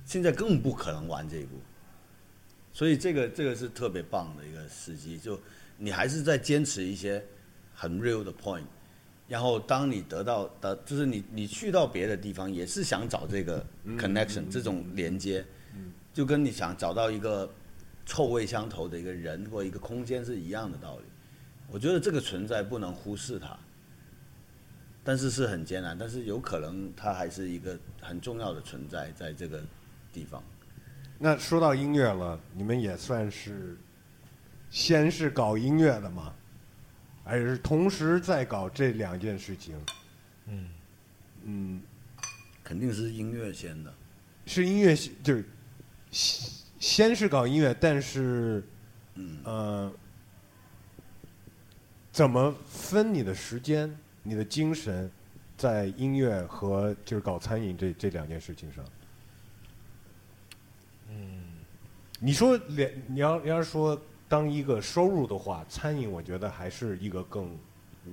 B: 现在更不可能玩这一步。所以这个这个是特别棒的一个时机，就你还是在坚持一些很 real 的 point，然后当你得到的，就是你你去到别的地方也是想找这个 connection、这种连接，就跟你想找到一个臭味相投的一个人或一个空间是一样的道理。我觉得这个存在不能忽视它，但是是很艰难，但是有可能它还是一个很重要的存在在这个地方。
E: 那说到音乐了，你们也算是先是搞音乐的嘛，还是同时在搞这两件事情？
C: 嗯
E: 嗯，
B: 肯定是音乐先的，
E: 是音乐系就是先先是搞音乐，但是
B: 嗯，
E: 呃，怎么分你的时间、你的精神在音乐和就是搞餐饮这这两件事情上？
C: 嗯，
E: 你说两，你要你要是说当一个收入的话，餐饮我觉得还是一个更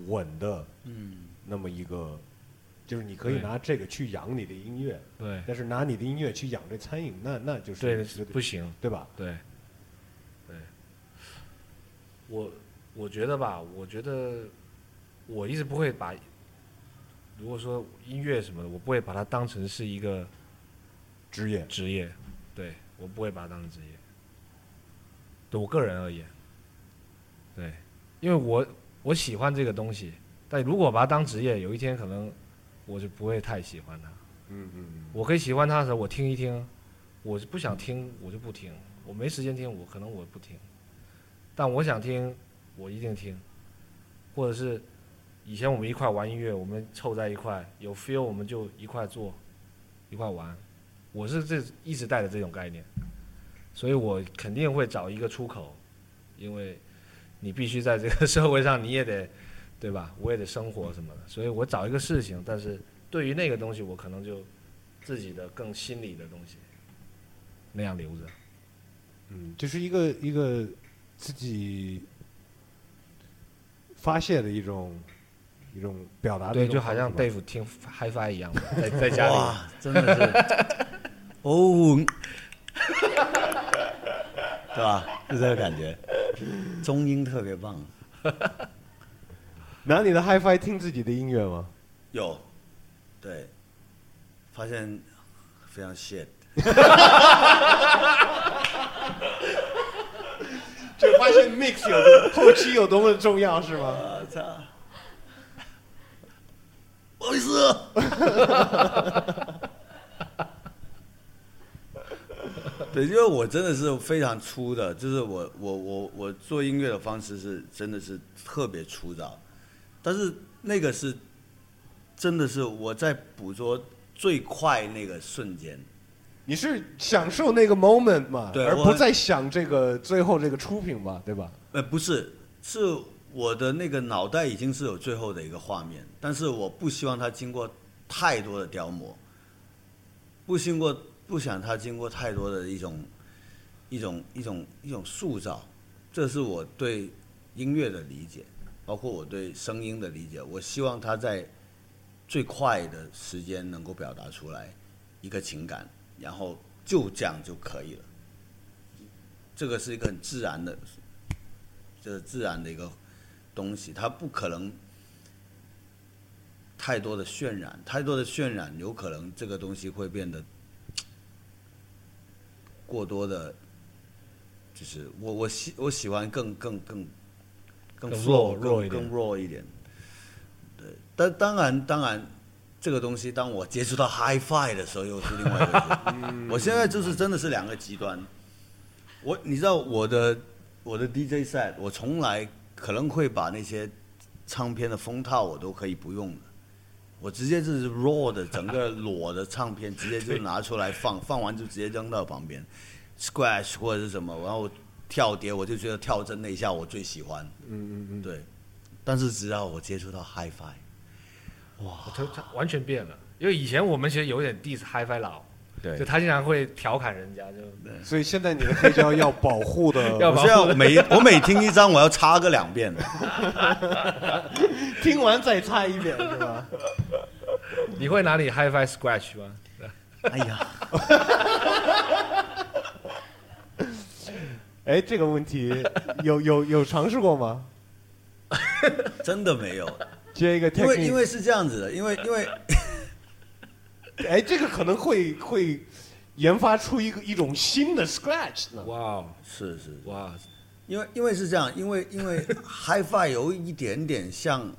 E: 稳的，
B: 嗯，
E: 那么一个，就是你可以
C: 对
E: 拿这个去养你的音乐，
C: 对
E: 但是拿你的音乐去养这餐饮，那那就是
C: 对
E: 是
C: 不行，
E: 对吧？
C: 对，对，我我觉得吧，我觉得我一直不会把，如果说音乐什么的，我不会把它当成是一个
E: 职业
C: 职业，对我不会把它当成职业，对我个人而言，对，因为我我喜欢这个东西，但如果把它当职业，有一天可能我就不会太喜欢它。
E: 嗯嗯嗯，
C: 我可以喜欢他的时候，我听一听；我是不想听，我就不听。我没时间听，我可能我不听。但我想听，我一定听。或者是以前我们一块玩音乐，我们凑在一块有 feel，我们就一块做，一块玩。我是这一直带着这种概念，所以我肯定会找一个出口，因为你必须在这个 社会上，你也得，对吧？我也得生活什么的，所以我找一个事情，但是对于那个东西，我可能就自己的更心理的东西，那样留着。
E: 嗯，就是一个一个自己发泄的一种一种表达的一
C: 对，
E: 啊种
C: 就好像
E: 方式吧
C: 贝 f 听 HiFi 一样，在在家里。
B: 哇，真的是， 哦，对吧？就这个感觉，中音特别棒。
E: 拿你的 HiFi 听自己的音乐吗？
B: 有，对，发现非常 shit。
E: 就发现 mix 有后期有多么重要是吗？
B: 我操！不好意思。对，因为我真的是非常粗的，就是我我我我做音乐的方式是真的是特别粗糙，但是那个是真的是我在捕捉最快那个瞬间，
E: 你是享受那个 moment 嘛，
B: 对
E: 而
B: 我
E: 不再想这个最后这个出品嘛，对吧？
B: 呃，不是，是我的那个脑袋已经是有最后的一个画面，但是我不希望它经过太多的雕磨，不经过不想它经过太多的一种一种一种一种塑造，这是我对音乐的理解，包括我对声音的理解。我希望它在最快的时间能够表达出来一个情感，然后就这样就可以了。这个是一个很自然的这自然的一个东西，它不可能太多的渲染，太多的渲染有可能这个东西会变得过多的，就是我我喜我喜欢更更更更
C: 更
B: flow
C: raw- raw
B: 更
C: 一点
B: 更 raw 一点，对，但当然当然。这个东西，当我接触到 HiFi 的时候，又是另外一回事。我现在就是真的是两个极端。我你知道我的我的 DJ set，我从来可能会把那些唱片的封套我都可以不用的，我直接就是 raw 的整个裸的唱片，直接就拿出来放， 放完就直接扔到旁边，scratch 或者是什么，然后跳碟，我就觉得跳针那一下我最喜欢，
E: 嗯嗯嗯，
B: 对。但是只要我接触到 HiFi，
C: 我他他完全变了，因为以前我们其实有点 diss HiFi 佬，就
B: 对，
C: 他经常会调侃人家，就
E: 所以现在你的黑胶要保护
C: 要
E: 的，
B: 我是要每 我每听一张我要插个两遍的。
E: 听完再猜一遍 是吧？
C: 你会拿你 HiFi Scratch 吗？
B: 哎呀，
E: 哎，这个问题有有有尝试过吗？
B: 真的没有，
E: 接一个
B: 因
E: technique，
B: 为因为是这样子的，因为因为
E: 哎，这个可能会会研发出一个一种新的 Scratch 呢？
C: 哇哦
B: 是是，
C: 哇，
B: 因为因为是这样，因为因为 HiFi 有一点点像，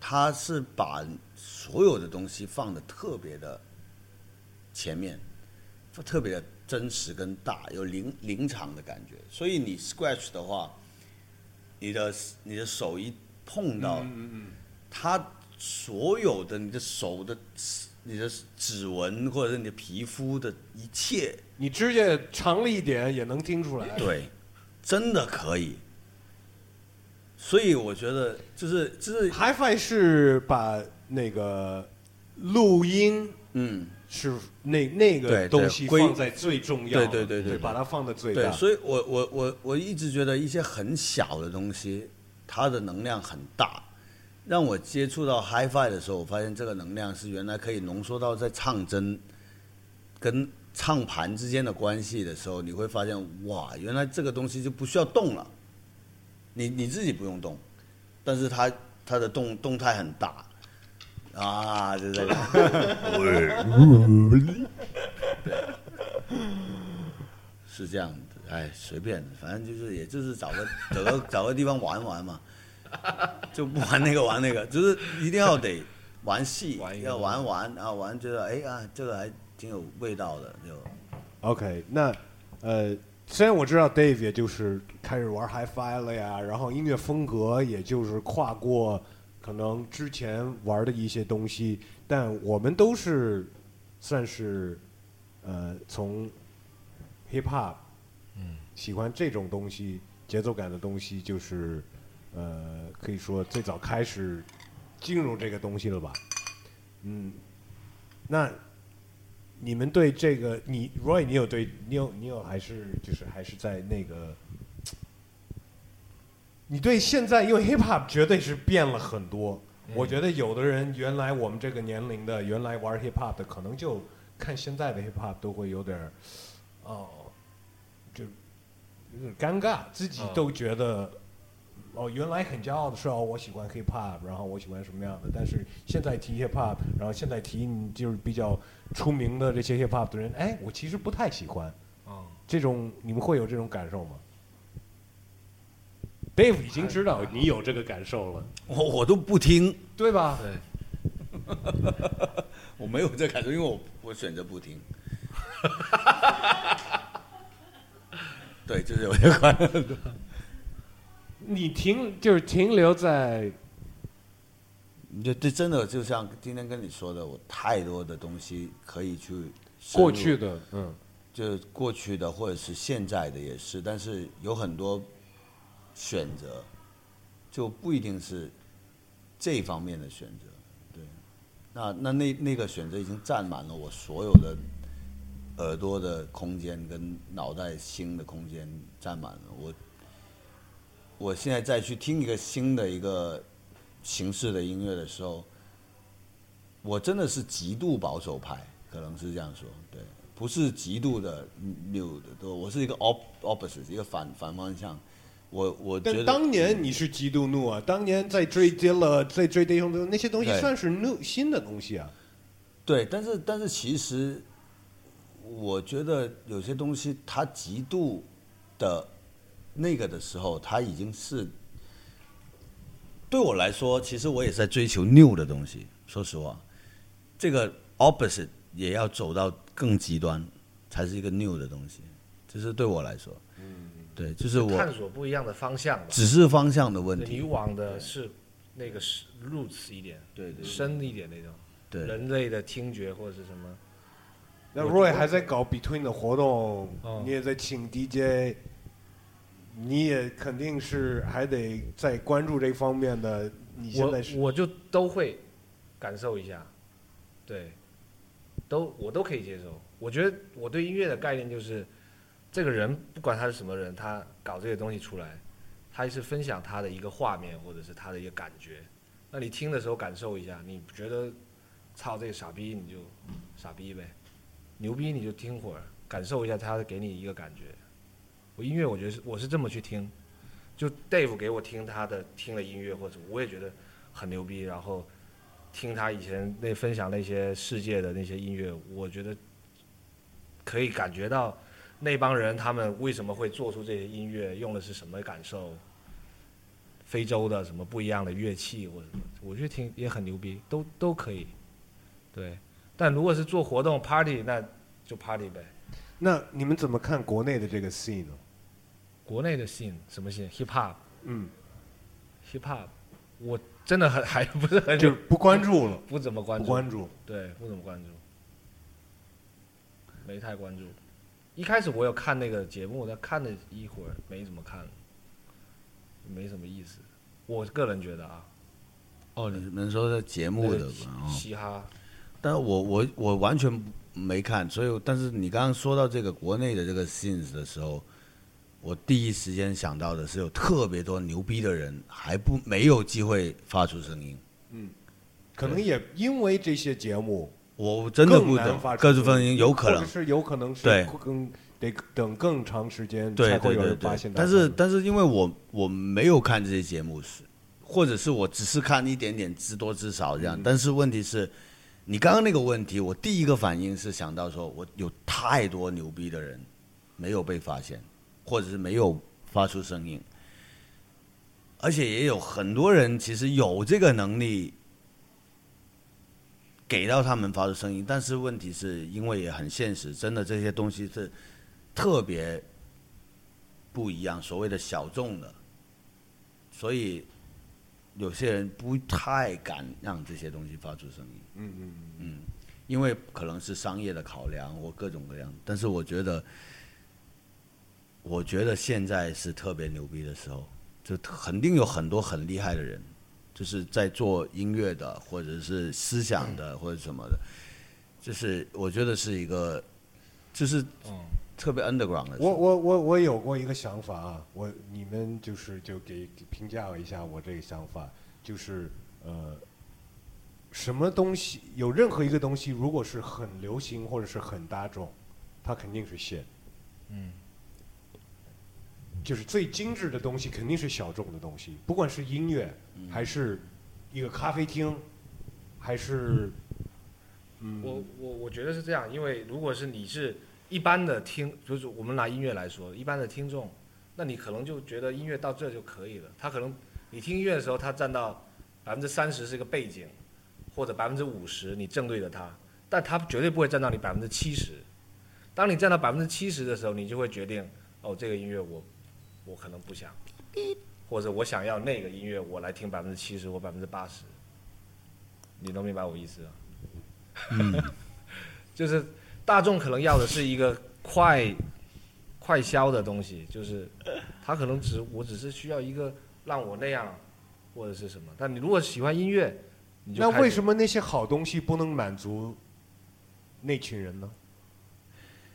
B: 它是把所有的东西放的特别的前面，特别的真实跟大，有临临场的感觉。所以你 Scratch 的话，你的你的手一碰到，它所有的你的手的你的指纹或者是你的皮肤的一切
E: 你指甲长了一点也能听出来。
B: 对，真的可以。所以我觉得就是就是，
E: HiFi 是把那个录音
B: 嗯，
E: 是那
B: 对
E: 那个
B: 对
E: 东西
B: 归
E: 放在最重要的，
B: 对对对对对
E: 把它放的最
B: 对，
E: 大。
B: 所以我我我我一直觉得一些很小的东西，它的能量很大。让我接触到 HiFi 的时候，我发现这个能量是原来可以浓缩到在唱针跟唱盘之间的关系的时候，你会发现哇，原来这个东西就不需要动了，你你自己不用动，但是它它的动动态很大啊，就这个。是这样的，哎，随便，反正就是也就是找个找个找个地方玩玩嘛， 就不玩那个玩那个，就是一定要得玩戏，
C: 玩一个
B: 要玩玩啊玩，觉得哎啊这个还挺有味道的，就
E: OK，那呃，虽然我知道 Dave 也就是开始玩 HiFi 了呀，然后音乐风格也就是跨过可能之前玩的一些东西，但我们都是算是呃从 Hip Hop，嗯，喜欢这种东西，节奏感的东西，就是呃可以说最早开始进入这个东西了吧，嗯，那。你们对这个，你 Roy，你有对，你有你有还是就是还是在那个，你对现在因为 hip hop 绝对是变了很多。我觉得有的人原来我们这个年龄的，原来玩 hip hop 的，可能就看现在的 hip hop 都会有点儿，哦，就有点尴尬，自己
C: 嗯
E: 都觉得。哦，原来很骄傲的说哦，我喜欢 hip hop，然后我喜欢什么样的，但是现在提 hip hop，然后现在提你就是比较出名的这些 hip hop 的人，哎，我其实不太喜欢
C: 嗯，
E: 这种，你们会有这种感受吗？Dave 已经知道哎你有这个感受了，嗯
B: 我我都不听，
E: 对吧？
C: 对，
B: 我没有这感受，因为我我选择不听。 对，就是有些关。
E: 你停就是停留在
B: 你就这真的就像今天跟你说的，我太多的东西可以去深入
E: 过去的，嗯，
B: 就是过去的或者是现在的也是，但是有很多选择，就不一定是这方面的选择。对，那那那那个选择已经占满了我所有的耳朵的空间跟脑袋心的空间占满了。我我现在再去听一个新的一个形式的音乐的时候，我真的是极度保守派，可能是这样说，对，不是极度的扭的，对，我是一个 op opposite，一个反反方向。我我觉
E: 但
B: 得嗯
E: 当年你是极度怒啊，当年在追 Dilla，在追 d a y o 那些东西
B: 对
E: 算是 new 新的东西啊，
B: 对，但是但是其实，我觉得有些东西它极度的那个的时候，它已经是对我来说，其实我也是在追求 new 的东西。说实话，这个 opposite 也要走到更极端，才是一个 new 的东西。这是对我来说，嗯，对，就是我
C: 探索不一样的方向吧。
B: 只是方向的问
C: 对你
B: 题。
C: 往的是那个是 roots 一点，
B: 对对对
C: 深一点那种，
B: 对，
C: 人类的听觉或者是什么，
E: 那 Roy 还在搞 Between 的活动，
C: 哦
E: 你也在请 DJ，你也肯定是还得在关注这方面的。你现在是
C: 我我就都会感受一下，对，都我都可以接受。我觉得我对音乐的概念就是，这个人不管他是什么人，他搞这个东西出来，他是分享他的一个画面或者是他的一个感觉。那你听的时候感受一下，你觉得操这个傻逼你就傻逼呗，牛逼你就听会儿，感受一下他给你一个感觉。我音乐我觉得是我是这么去听，就 Dave 给我听他的听了音乐或者什么我也觉得很牛逼，然后听他以前那分享那些世界的那些音乐，我觉得可以感觉到那帮人他们为什么会做出这些音乐，用的是什么感受，非洲的什么不一样的乐器或者什么，我觉得挺也很牛逼，都都可以。对，但如果是做活动 party，那就 party 呗。
E: 那你们怎么看国内的这个 scene 呢？
C: 国内的 scene 什么 scene？hip hop
E: 嗯，
C: hip hop，我真的很 还不是很
E: 就是不关注了，
C: 不怎么关
E: 不
C: 注，
E: 关注。
C: 对，不怎么关注，没太关注。一开始我有看那个节目，但看了一会儿没怎么看，没什么意思。我个人觉得啊，
B: 哦，你们说的节目
C: 那
B: 的
C: 个
B: 吧
C: 嘻
B: 哦，
C: 嘻哈，
B: 但我我我完全没看，所以但是你刚刚说到这个国内的这个 scenes 的时候，我第一时间想到的是有特别多牛逼的人还不没有机会发出声音，
E: 可能也因为这些节目，
B: 我真的
E: 更
B: 不
E: 难
B: 懂
E: 发，出
B: 各自分音有可
E: 或者
B: 能。
E: 是有可能是
B: 对
E: 更得等更长时间
B: 对
E: 才
B: 对
E: 会有
B: 对
E: 人
B: 对
E: 发现，到嗯
B: 但
E: 他们。
B: 是但是因为我我没有看这些节目，是或者是我只是看一点点，知多知少这
E: 嗯
B: 样。但是问题是，你刚刚那个问题，我第一个反应是想到说，我有太多牛逼的人没有被发现，或者是没有发出声音，而且也有很多人其实有这个能力。给到他们发出声音，但是问题是因为也很现实，真的这些东西是特别不一样，所谓的小众的，所以有些人不太敢让这些东西发出声音。嗯嗯嗯，因为可能是商业的考量或各种各样，但是我觉得，我觉得现在是特别牛逼的时候，就肯定有很多很厉害的人，就是在做音乐的，或者是思想的，或者什么的，就是我觉得是一个，就是
C: 嗯，
B: 特别 underground 的时候。
E: 我我我我有过一个想法啊，我你们就是就给给评价我一下我这个想法，就是呃，什么东西有任何一个东西，如果是很流行或者是很大众，它肯定是 shit。
C: 嗯，
E: 就是最精致的东西肯定是小众的东西，不管是音乐，还是一个咖啡厅，还是嗯，
C: 我我我觉得是这样，因为如果是你是一般的听，就是我们拿音乐来说，一般的听众，那你可能就觉得音乐到这就可以了。他可能你听音乐的时候，他占到百分之三十是一个背景，或者百分之五十你正对着他，但他绝对不会占到你百分之七十。当你占到百分之七十的时候，你就会决定，哦，这个音乐我我可能不想，或者我想要那个音乐，我来听百分之七十或百分之八十。你能明白我意思吗？
E: 嗯
C: 就是大众可能要的是一个快快消的东西，就是他可能只我只是需要一个让我那样或者是什么。但你如果喜欢音乐，你就
E: 那为
C: 么
E: 什么那些好东西不能满足那群人呢？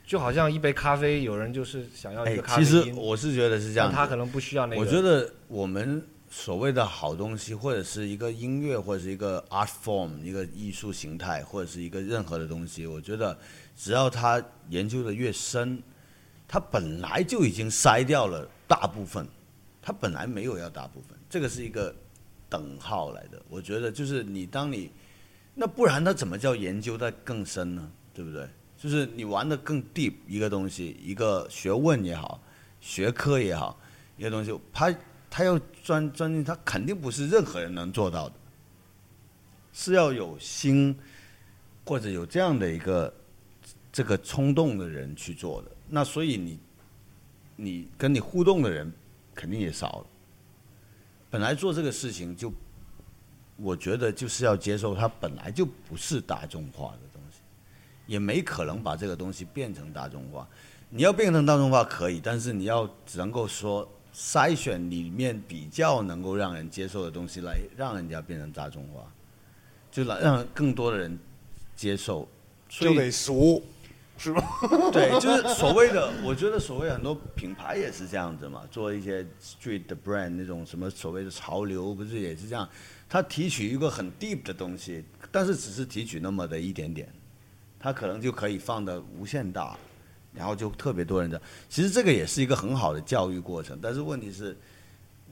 C: 就好像一杯咖啡，有人就是想要一
B: 哎
C: 个，咖啡
B: 其实
C: 因，
B: 我是觉得是这样
C: 但
B: 子，
C: 他可能不需要那个。
B: 我觉得我们所谓的好东西，或者是一个音乐，或者是一个 art form，一个艺术形态，或者是一个任何的东西，我觉得只要他研究的越深，他本来就已经筛掉了大部分，他本来没有要大部分，这个是一个等号来的。我觉得就是你当你那不然他怎么叫研究的更深呢？对不对？就是你玩的更 deep 一个东西，一个学问也好，学科也好，一个东西，他他要钻钻进，他肯定不是任何人能做到的，是要有心或者有这样的一个这个冲动的人去做的。那所以你你跟你互动的人肯定也少了。本来做这个事情就，我觉得就是要接受它本来就不是大众化的东西，也没可能把这个东西变成大众化。你要变成大众化可以，但是你要只能够说筛选里面比较能够让人接受的东西来让人家变成大众化，就来让更多的人接受。所
E: 就
B: 以
E: 得俗，是吧？
B: 对，就是所谓 的，我觉得所谓很多品牌也是这样子嘛，做一些 street 的 brand 那种什么所谓的潮流，不是也是这样？他提取一个很 deep 的东西，但是只是提取那么的一点点，他可能就可以放的无限大，然后就特别多人的。其实这个也是一个很好的教育过程，但是问题是。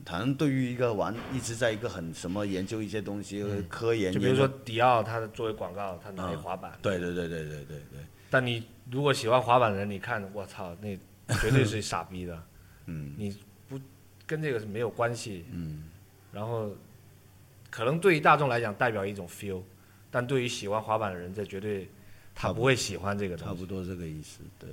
B: 可能对于一个玩一直在一个很什么研究一些东西、科研，
C: 就比如
B: 研究嗯
C: 说迪奥，他作为广告，他拿一滑板，
B: 对对对对对对对，
C: 但你如果喜欢滑板的人，你看我操，那绝对是傻逼的，
B: 嗯
C: 你不跟这个是没有关系。
B: 嗯，
C: 然后，可能对于大众来讲代表一种 feel，但对于喜欢滑板的人，这绝对他不会喜欢这个
B: 差
C: 东西。
B: 不多这个意思，对。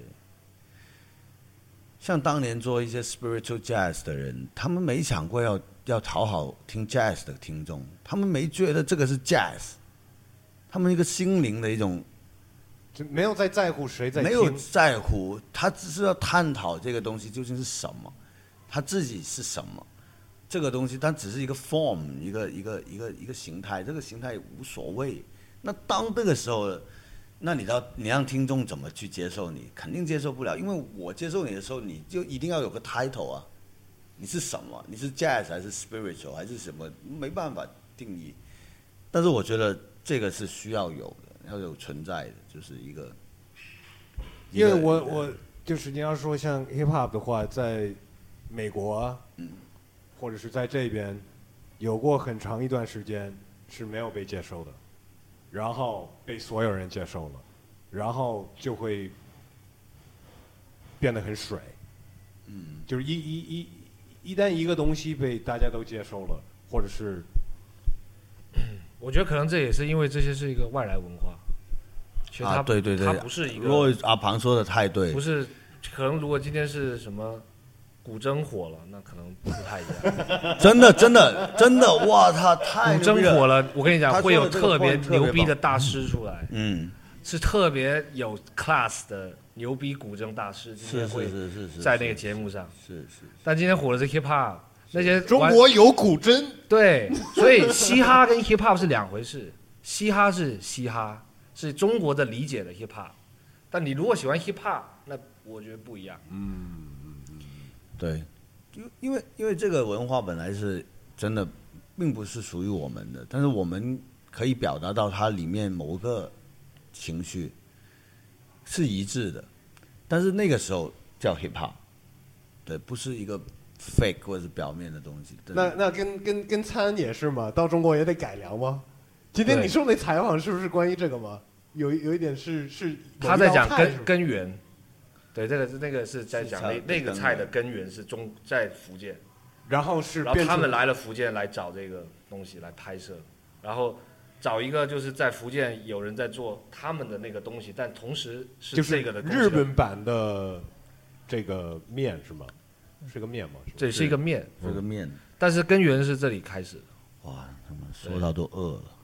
B: 像当年做一些 spiritual jazz 的人，他们没想过要要讨好听 jazz 的听众，他们没觉得这个是 jazz，他们一个心灵的一种
E: 就没有在在乎谁在
B: 没有
E: 听
B: 在乎，他只是要探讨这个东西究竟是什么，他自己是什么。这个东西它只是一个 form，一个一个一个一个形态，这个形态无所谓。那当这个时候，那你到你让听众怎么去接受你？肯定接受不了，因为我接受你的时候，你就一定要有个 title 啊，你是什么？你是 jazz 还是 spiritual 还是什么？没办法定义。但是我觉得这个是需要有的，要有存在的，就是一个。
E: 因为我我就是你要说像 hip hop 的话，在美国，或者是在这边，有过很长一段时间是没有被接受的，然后被所有人接受了，然后就会变得很水。嗯，就是一一一一旦一个东西被大家都接受了，或者是
C: 我觉得可能这也是因为这些是一个外来文化，其实它、
B: 啊，对对对，
C: 它不是一个。
B: 若阿庞说的太对
C: 不，是，可能如果今天是什么古筝火了，那可能不太一 样。
B: 真的真的真的，哇，他太
C: 古
B: 牛逼
C: 筝火
B: 了，
C: 了，我跟你
B: 他
C: 讲，
B: 说
C: 会有
B: 的这个
C: 特别
B: point 特别
C: 牛逼
B: 棒
C: 的大师出来，
B: 嗯，
C: 是特别有 class 的牛逼古筝大师，今
B: 是
C: 天
B: 是
C: 会
B: 是是是，
C: 在那个节目上。
B: 是是，
C: 但今天火的是 hip hop，那些
E: 中
C: 玩
E: 国有古筝，
C: 对，所以嘻哈跟 hip hop 是两回事。嘻哈是嘻哈，是中国的理解的 hip hop。但你如果喜欢 hip hop，那我觉得不一样。
B: 对，因因为因为这个文化本来是真的，并不是属于我们的，但是我们可以表达到它里面某个情绪是一致的，但是那个时候叫 hip hop，对，不是一个 fake 或者是表面的东西。对
E: 那那跟跟跟餐也是嘛，到中国也得改良吗？今天
C: 对
E: 你说那采访是不是关于这个吗？有一有一点是是
C: 他在讲
E: 某一道菜是
C: 根
E: 吗
C: 根源，对，这个是那个是在讲
B: 是
C: 那
B: 菜
C: 那个菜的根源是中在福建，
E: 然后是
C: 然后
E: 变
C: 他
E: 成
C: 们来了福建来找这个东西来拍摄，然后找一个就是在福建有人在做他们的那个东西，但同时是
E: 就是
C: 这个的东西
E: 日本版的这个面是吗？是个面吗？是吗
C: 这是一个面，
B: 这个面，
C: 但是根源是这里开始的。
B: 哇，他们说到都饿了。
E: 嗯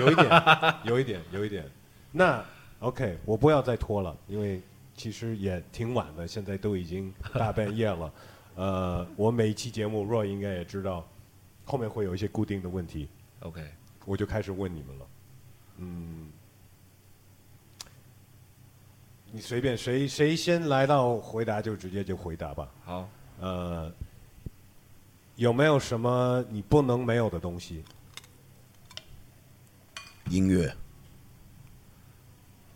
E: 有一点，有一点，有一点。那 OK，我不要再拖了，因为其实也挺晚的，现在都已经大半夜了。呃，我每一期节目若应该也知道，后面会有一些固定的问题，
C: OK，
E: 我就开始问你们了。嗯，你随便谁谁先来到回答就直接就回答吧。
C: 好，
E: 呃，有没有什么你不能没有的东西？
B: 音乐，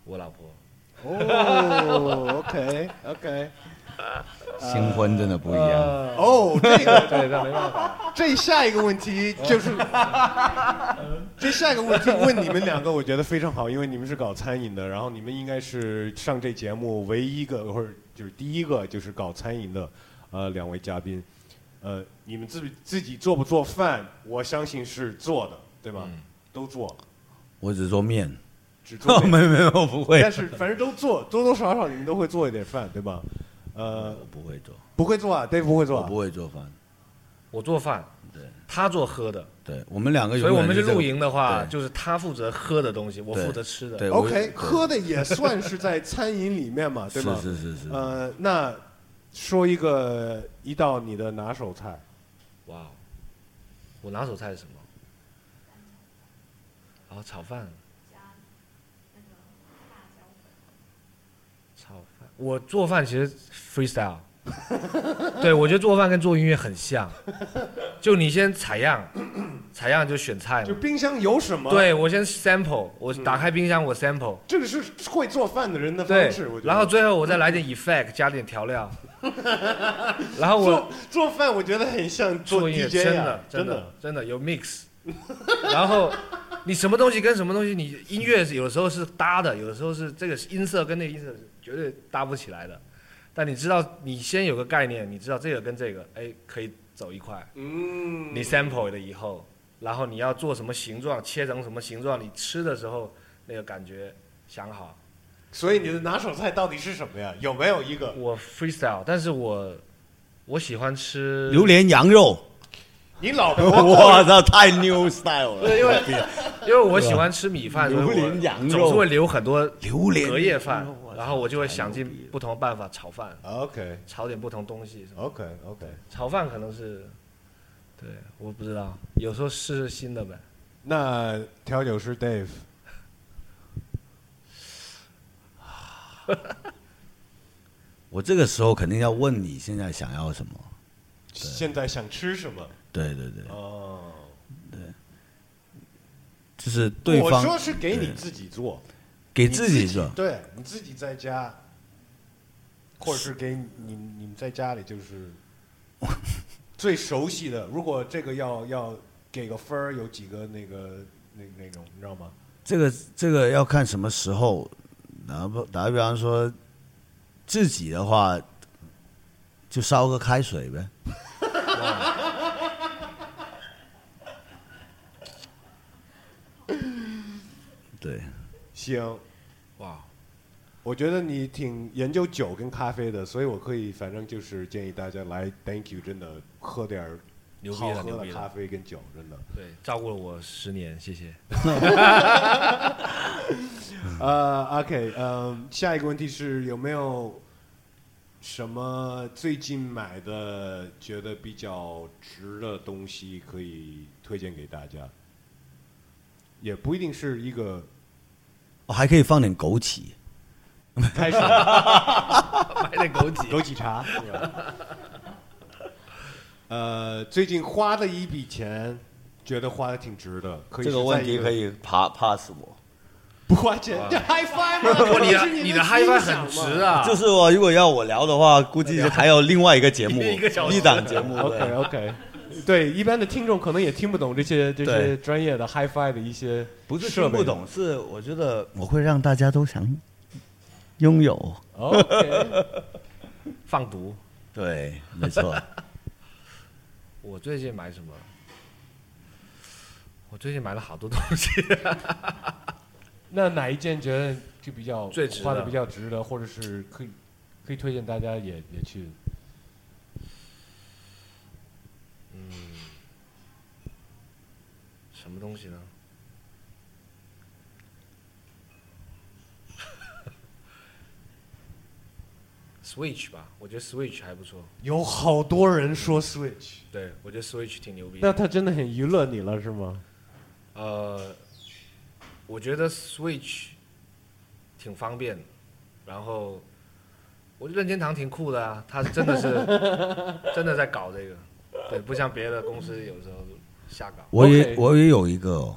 C: 我老婆
E: 哦，OK OK，
B: 呃新婚真的不一样。
E: 哦，这 个
C: 对，那没办法，
E: 这下一个问题就是， 这下一个问题问你们两个，我觉得非常好，因为你们是搞餐饮的，然后你们应该是上这节目唯一一个或者就是第一个就是搞餐饮的，呃，两位嘉宾，呃，你们自己自己做不做饭，我相信是做的，对吧？
C: 嗯
E: 都做，
B: 我只做面，
E: 只做
B: 哦，
E: 面
B: 没没没，我不会，
E: 但是反正都做，多多少少你们都会做一点饭，对吧？呃，
B: 我不会做，
E: 不会做啊，Dave 不会做
B: 我
E: 啊
B: 不。会做饭。
C: 我做饭，
B: 对，
C: 他做喝的，
B: 对我们两个
C: 所
B: 永远这个，
C: 以我们去露营的话，
B: 对
C: 就是他负责喝的东西，我
B: 对
C: 负责吃的。
B: 对哎我
E: OK，
B: 对
E: 喝的也算是在餐饮里面嘛，对吗？
B: 是是是是，
E: 呃，那说一个一道你的拿手菜，
C: 哇哦，我拿手菜是什么？然后炒饭。炒饭，我做饭其实 freestyle，对我觉得做饭跟做音乐很像，就你先采 样，采样就选菜
E: 就
C: 嘛。
E: 冰箱有什么？，
C: 对我先 sample，我打开冰箱我 sample，
E: 这个是会做饭的人的
C: 对
E: 方式，我觉，得。
C: 然后最后我再来点 effect，加点调 料，然后我
E: 做做饭，我觉得很像
C: 做音乐，
E: DJ
C: 真
E: 啊
C: 的，真
E: 真
C: 的真的有 mix，然后你什么东西跟什么东西，你音乐有的时候是搭的，有的时候是这个音色跟那个音色是绝对搭不起来的。但你知道，你先有个概念，你知道这个跟这个，哎，可以走一块。
E: 嗯
C: 你 sample 了以后，然后你要做什么形状，切成什么形状，你吃的时候那个感觉想好。
E: 所以你的拿手菜到底是什么呀？有没有一个？
C: 我 freestyle，但是我我喜欢吃
B: 榴莲羊 肉，
E: 你老婆
B: 我操，太 new style 了！
C: 因为因为我喜欢吃米饭，所以
B: 榴
C: 我
B: 莲羊
C: 总是
B: 肉
C: 会留很多
B: 榴莲
C: 隔夜饭
B: 羊肉，
C: 然后我就会想
B: 嗯太牛逼
C: 尽
B: 了
C: 不同的办法炒饭，
E: OK
C: 炒点不同东西什么。
E: OK OK，
C: 炒饭可能是，对，我不知道，有时候试试新的呗。
E: 那调酒师 Dave，
B: 我这个时候肯定要问你现在想要什么？
E: 现在想吃什么？
B: 对对对，
E: 哦，
B: 就是对
E: 我说
B: 方
E: 是给你自己做，
B: 给
E: 你
B: 自
E: 自
B: 己做，
E: 对，你自己在家，或者是给你你你们在家里就是 最熟悉的。如果这个要要给个分儿，有几个那个那那种，你知道吗？
B: 这个这个要看什么时候。打不打个比方说，自己的话，就烧个开水 呗。对，
E: 行，
C: 哇，
E: 我觉得你挺研究酒跟咖啡的，所以我可以反正就是建议大家来 Thank you，真的喝点儿
C: 牛逼
E: 好
C: 了，牛
E: 喝
C: 逼
E: 的咖
C: 了！
E: 啡跟酒，真的。
C: 对，照顾了我十年，谢谢。
E: 呃，OK，嗯，下一个问题是有没有什么最近买的觉得比较值的东西可以推荐给大家？也不一定是一个
B: 我哦还可以放点枸杞。
E: 开始
C: 买点枸杞，
E: 枸杞茶。是吧呃，最近花了一笔钱，觉得花的挺值的，可以
B: 这
E: 是
B: 个
E: 在
B: 问
E: 一
B: 题
E: 个
B: 可以 pass pass 我。
E: 不 花钱，这 high five 啊吗？
C: 不，你的
E: 是
C: 你
E: 的
C: 的 high five
E: 思想
C: 很
E: 嘛
C: 值啊！
B: 就是我如果要我聊的话，估计还有 另外一个节目，
C: 一个小时
B: 一档节目。
E: OK
B: 对
E: OK，对，一般的听众可能也听不懂这些这
B: 对
E: 些专业的 HiFi 的一些
B: 不是
E: 设
B: 听
E: 备
B: 不懂，是我觉得我会让大家都想拥有。
E: OK，
C: 放毒。
B: 对，没错。
C: 我最近买什么？我最近买了好多东西。
E: 那哪一件觉得就比较
C: 最值的
E: 花的比较值得，或者是可以可以推荐大家也也去？
C: 嗯什么东西呢？Switch 吧，我觉得 Switch 还不错。
E: 有好多人说 Switch，
C: 对，我觉得 Switch 挺牛逼
E: 那
C: 的。
E: 他真的很娱乐你了是吗？
C: 呃，我觉得 Switch 挺方便的，然后我觉得任天堂挺酷的啊，他真的是真的在搞这个，对，不像别的公司有时候瞎搞。
B: 我也
E: OK
B: 我也有一个、哦，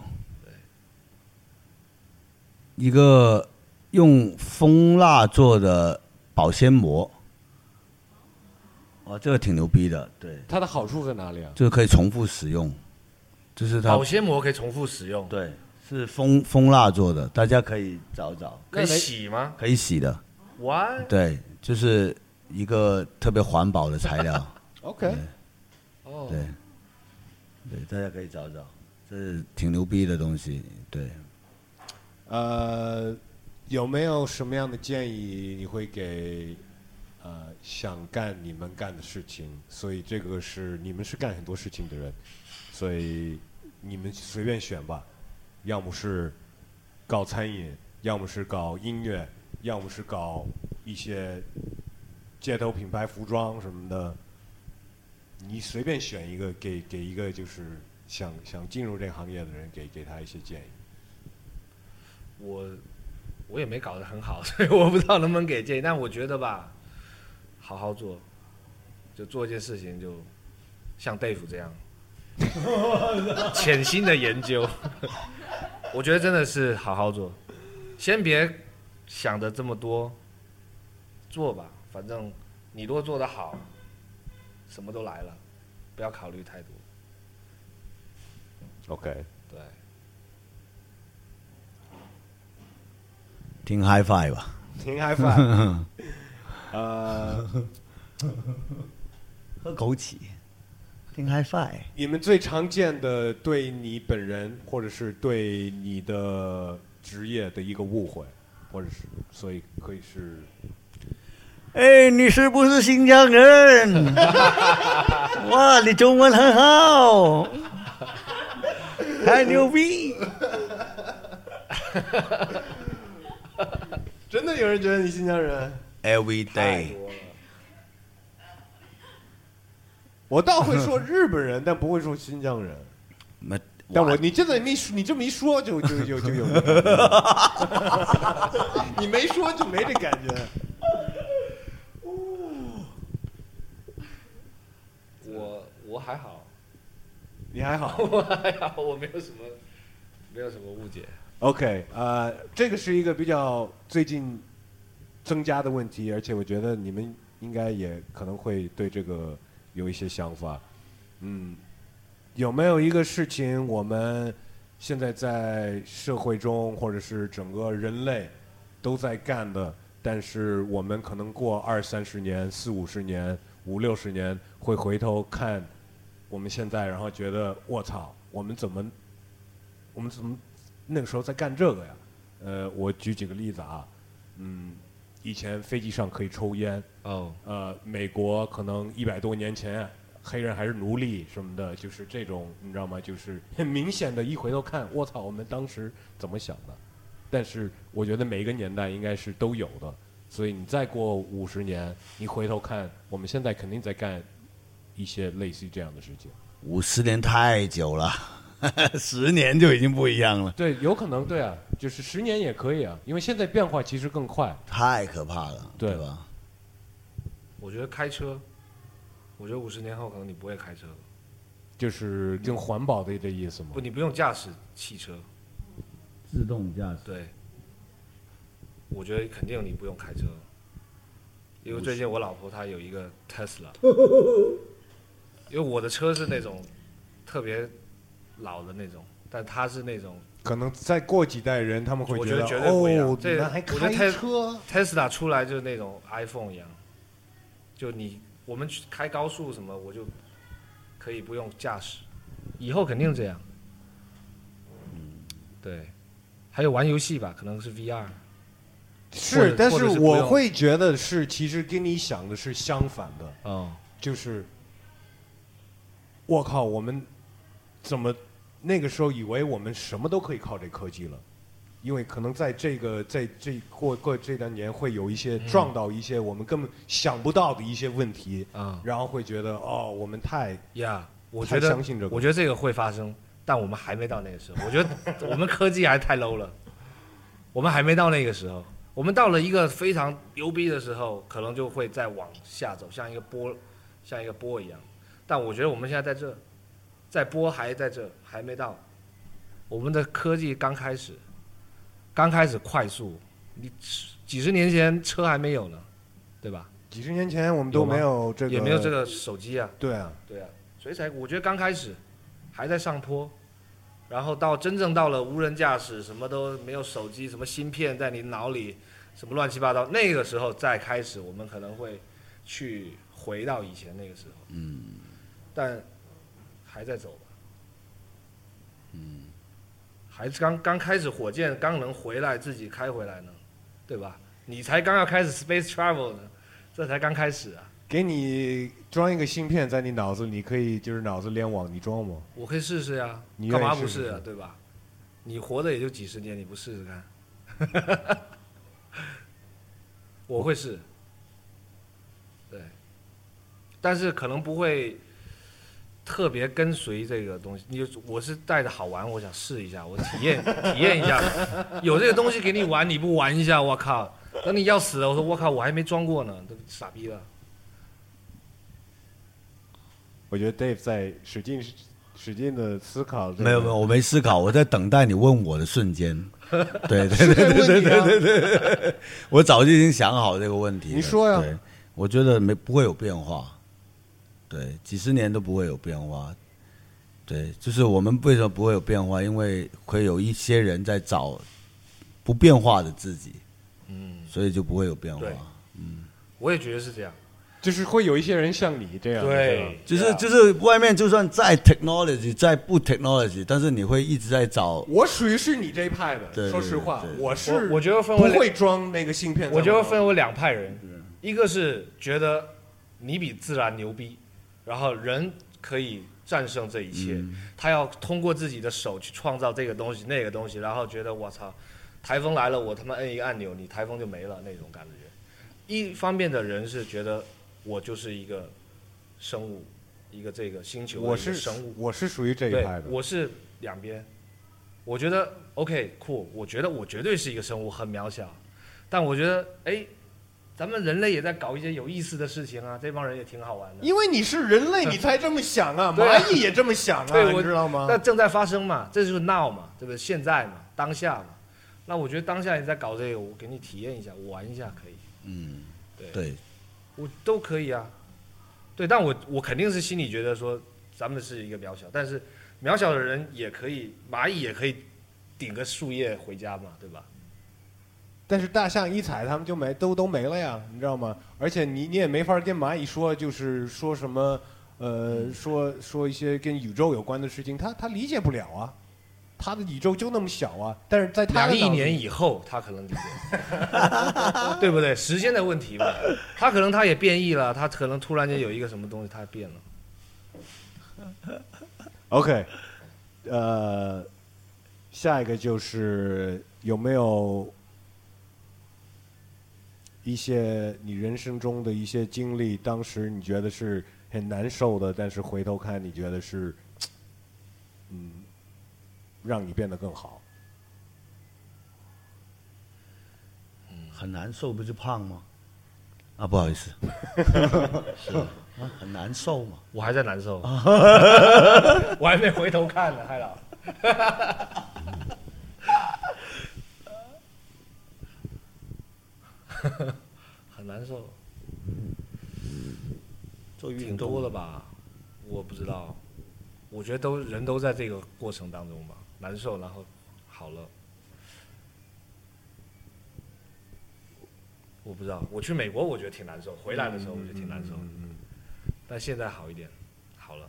B: 一个用蜂蜡做的保鲜膜，哦哇，这个挺牛逼的，对，
E: 它的好处在哪里啊？
B: 就是可以重复使用，就是它
C: 保鲜膜可以重复使用，
B: 对是蜂蜂蜡做的，大家可以找找，
C: 可以洗吗
B: 可以洗的，
C: ？Why？
B: 对，就是一个特别环保的 材料，
E: OK，
C: 哦
B: 对，对，大家可以找找，这是挺牛逼的东西，对。
E: 呃，有没有什么样的建议你会给呃想干你们干的事情？所以这个是你们是干很多事情的人，所以你们随便选吧，要么是搞餐饮，要么是搞音乐，要么是搞一些街头品牌服装什么的。你随便选一个，给给一个就是想想进入这个行业的人，给给他一些建议。
C: 我我也没搞得很好， 所以我不知道能不能给建议。但我觉得吧，好好做，就做一件事情，就像 Dave 这样，潜心的研究。我觉得真的是好好做，先别想着这么多，做吧，反正你若做得好，什么都来了，不要考虑太多。
E: OK。
C: 对，
B: 听 HiFi 吧。
E: 挺 HiFi。呃，
B: 喝枸杞，听 HiFi。
E: 你们最常见的对你本人或者是对你的职业的一个误会，或者是所以可以是
B: 哎，你是不是新疆 人？哇，你中文很 好，太牛逼！
E: 真的有人觉得你新疆人？
B: Every
E: 太
B: day，
E: 多了我倒会说日本人，但不会说新疆人。
B: 那
E: 但
B: 哇
E: 我你真的你你这么一说就就就就有， 你没说就没这感觉。
C: 我我还好，
E: 你还好
C: 我还好，哎我没有什么没有什么误解。
E: ，OK，呃，这个是一个比较最近增加的问题，而且我觉得你们应该也可能会对这个有一些想法。嗯，有没有一个事情我们现在在社会中，或者是整个人类都在干的，但是我们可能过二三十年、四五十年、五六十年，会回头看我们现在，然后觉得我操，我们怎么，我们怎么那个时候在干这个呀？呃，我举几个例子啊，嗯，以前飞机上可以抽烟，
C: 哦，
E: 呃，美国可能一百多年前黑人还是奴隶什么的，就是这种，你知道吗？就是很明显的，一回头看，我操，我们当时怎么想的？但是我觉得每一个年代应该是都有的，所以你再过五十年，你回头看，我们现在肯定在干一些类似于这样的事情。
B: 五十年太久了， 十年就已经不一样了，
E: 对，有可能，对啊，就是十年也可以啊，因为现在变化其实更快。
B: 太可怕了，
E: 对
B: 对吧？
C: 我觉得开车，我觉得五十年后可能你不会开车了，
E: 就是更环保的这意思吗
C: 不，？你不用驾驶汽车，
B: 自动驾驶，
C: 对，我觉得肯定你不用开车了，因为最近我老婆她有一个 Tesla，因为我的车是那种特别老的那种，但她是那种
E: 可能再过几代人，他们会
C: 我
E: 觉
C: 觉得
E: 得
C: 绝对不一样
E: 哦，
C: 这
E: 你们还
C: 我觉得
E: 开
C: 太
E: 车？
C: Tesla 出来就是那种 iPhone 一样，就你我们去开高速什么，我就可以不用驾驶，以后肯定这样。对，还有玩游戏吧，可能是 VR。或
E: 是
C: 者，
E: 但
C: 或者是不
E: 我
C: 用
E: 会觉得是，其实跟你想的是相反的，
C: 哦，
E: 就是我靠，我们怎么那个时候以为我们什么都可以靠这科技了？因为可能在这个在这过过这两年会有一些撞到一些我们根本想不到的一些问题，
C: 啊、
E: 然后会觉得哦，我们太
C: 呀、我
E: 太
C: 觉得
E: 相信这个
C: 我觉得这个会发生，但我们还没到那个时候。我觉 得我们科技还太 low 了，我们还没到那个时候。我们到了一个非常牛逼的时候，可能就会再往下走，像一个波，像一个波一样。但我觉得我们现在在这，在波还在这，还没到。我们的科技刚开始，刚开始快速。你几十年前车还没有呢，对吧？
E: 几十年前我们都没有这个，
C: 也没有这，个手机啊。
E: 对啊，
C: 对啊，所以才我觉得刚开始还在上坡，然后到真正到了无人驾驶，什么都没有，手机什么芯片在你脑里，什么乱七八糟，那个时候再开始，我们可能会去回到以前那个时候，嗯，但还在走吧，嗯，还是刚刚开始火箭刚能回来自己开回来呢，对吧？你才刚要开始 space travel 呢，这才刚开始啊。
E: 给你装一个芯片在你脑子，你可以就是脑子联网，你装吗？
C: 我可以试试呀、
E: 你愿
C: 干
E: 意
C: 嘛不
E: 试试
C: 试啊？对吧？你活的也就几十年，你不试试看？ 我会试，对，但是可能不会特别跟随这个东西。你就我是带着好玩，我想试一下，我体验体验一下， 有这个东西给你玩，你不玩一下，我靠！等你要死了，我说我靠，我还没装过呢，都傻逼了。
E: 我觉得 Dave 在使劲使劲的思考、
B: 没有没有，，我没思考，我在等待你问我的瞬间。 对对对
E: 是在
B: 对对
E: 问你
B: 对对，
E: 啊，
B: 我早就已经想好这个问题了。
E: 你说呀
B: 对，我觉得没不会有变化，对，几十年都不会有变化。对，就是我们为什么不会有变化？因为会有一些人在找不变化的自己，
C: 嗯，
B: 所以就不会有变化
C: 对。我也觉得是这样。
E: 就是会有一些人像你这样，
C: 对，
B: 就是就是外面就算再 technology 再不 technology，但是你会一直在找
E: 我属于是你这一派的，
B: 对
E: 说实话
B: 对，对
E: 我是
C: 我我觉得分
E: 不
C: 为两
E: 会装那个芯片，
C: 我觉得分为两派人，一个是觉得你比自然牛逼，然后人可以战胜这一切，
E: 嗯
C: 他要通过自己的手去创造这个东西那个东西，然后觉得我操，台风来了我他妈摁一个按钮，你台风就没了那种感觉。一方面的人是觉得我就是一个生物，一个这个星球的
E: 我
C: 一个
E: 是
C: 生物，
E: 我是属于这一
C: 对
E: 派，的，
C: 我是两边。我觉得 OK cool，我觉得我绝对是一个生物，很渺小，但我觉得哎，咱们人类也在搞一些有意思的事情啊，这帮人也挺好玩的。
E: 因为你是人类，你才这么想啊，
C: 对啊
E: 蚂蚁也这么想啊，
C: 对我
E: 你知道吗
C: 那？正在发生嘛，这就是闹嘛，对不对？现在嘛，当下嘛。那我觉得当下你在搞这个，我给你体验一下，我玩一下可以，
B: 嗯，
C: 对
B: 对，
C: 我都可以啊。对，但我我肯定是心里觉得说咱们是一个渺小，但是渺小的人也可以，蚂蚁也可以顶个树叶回家嘛，对吧？
E: 但是大象一踩，他们就没都都没了呀，你知道吗？而且你你也没法跟蚂蚁说，就是说什么，
C: 嗯
E: 呃，说说一些跟宇宙有关的事情，他他理解不了啊，他的宇宙就那么小啊，但是在他
C: 两
E: 的
C: 亿
E: 脑子
C: 年
E: 里
C: 以后，他可能理解， 对不对？时间的问题嘛，他可能他也变异了，他可能突然间有一个什么东西，他变了。
E: OK，呃，下一个就是有没有一些你人生中的一些经历，当时你觉得是很难受的，但是回头看你觉得是，嗯，让你变得更好。
B: 很难受不就胖吗？啊，不好意 思，是啊，很难受嘛。
C: 我还在难 受，我还没回头看呢，海老。 很难受，
B: 做
C: 挺
B: 运
C: 多
B: 动
C: 的吧？我不知道，我觉得都人都在这个过程当中吧，难受，然后好了。我不知道，我去美国我觉得挺难受，回来的时候我觉得挺难受，
B: 嗯
C: 但现在好一点，好了。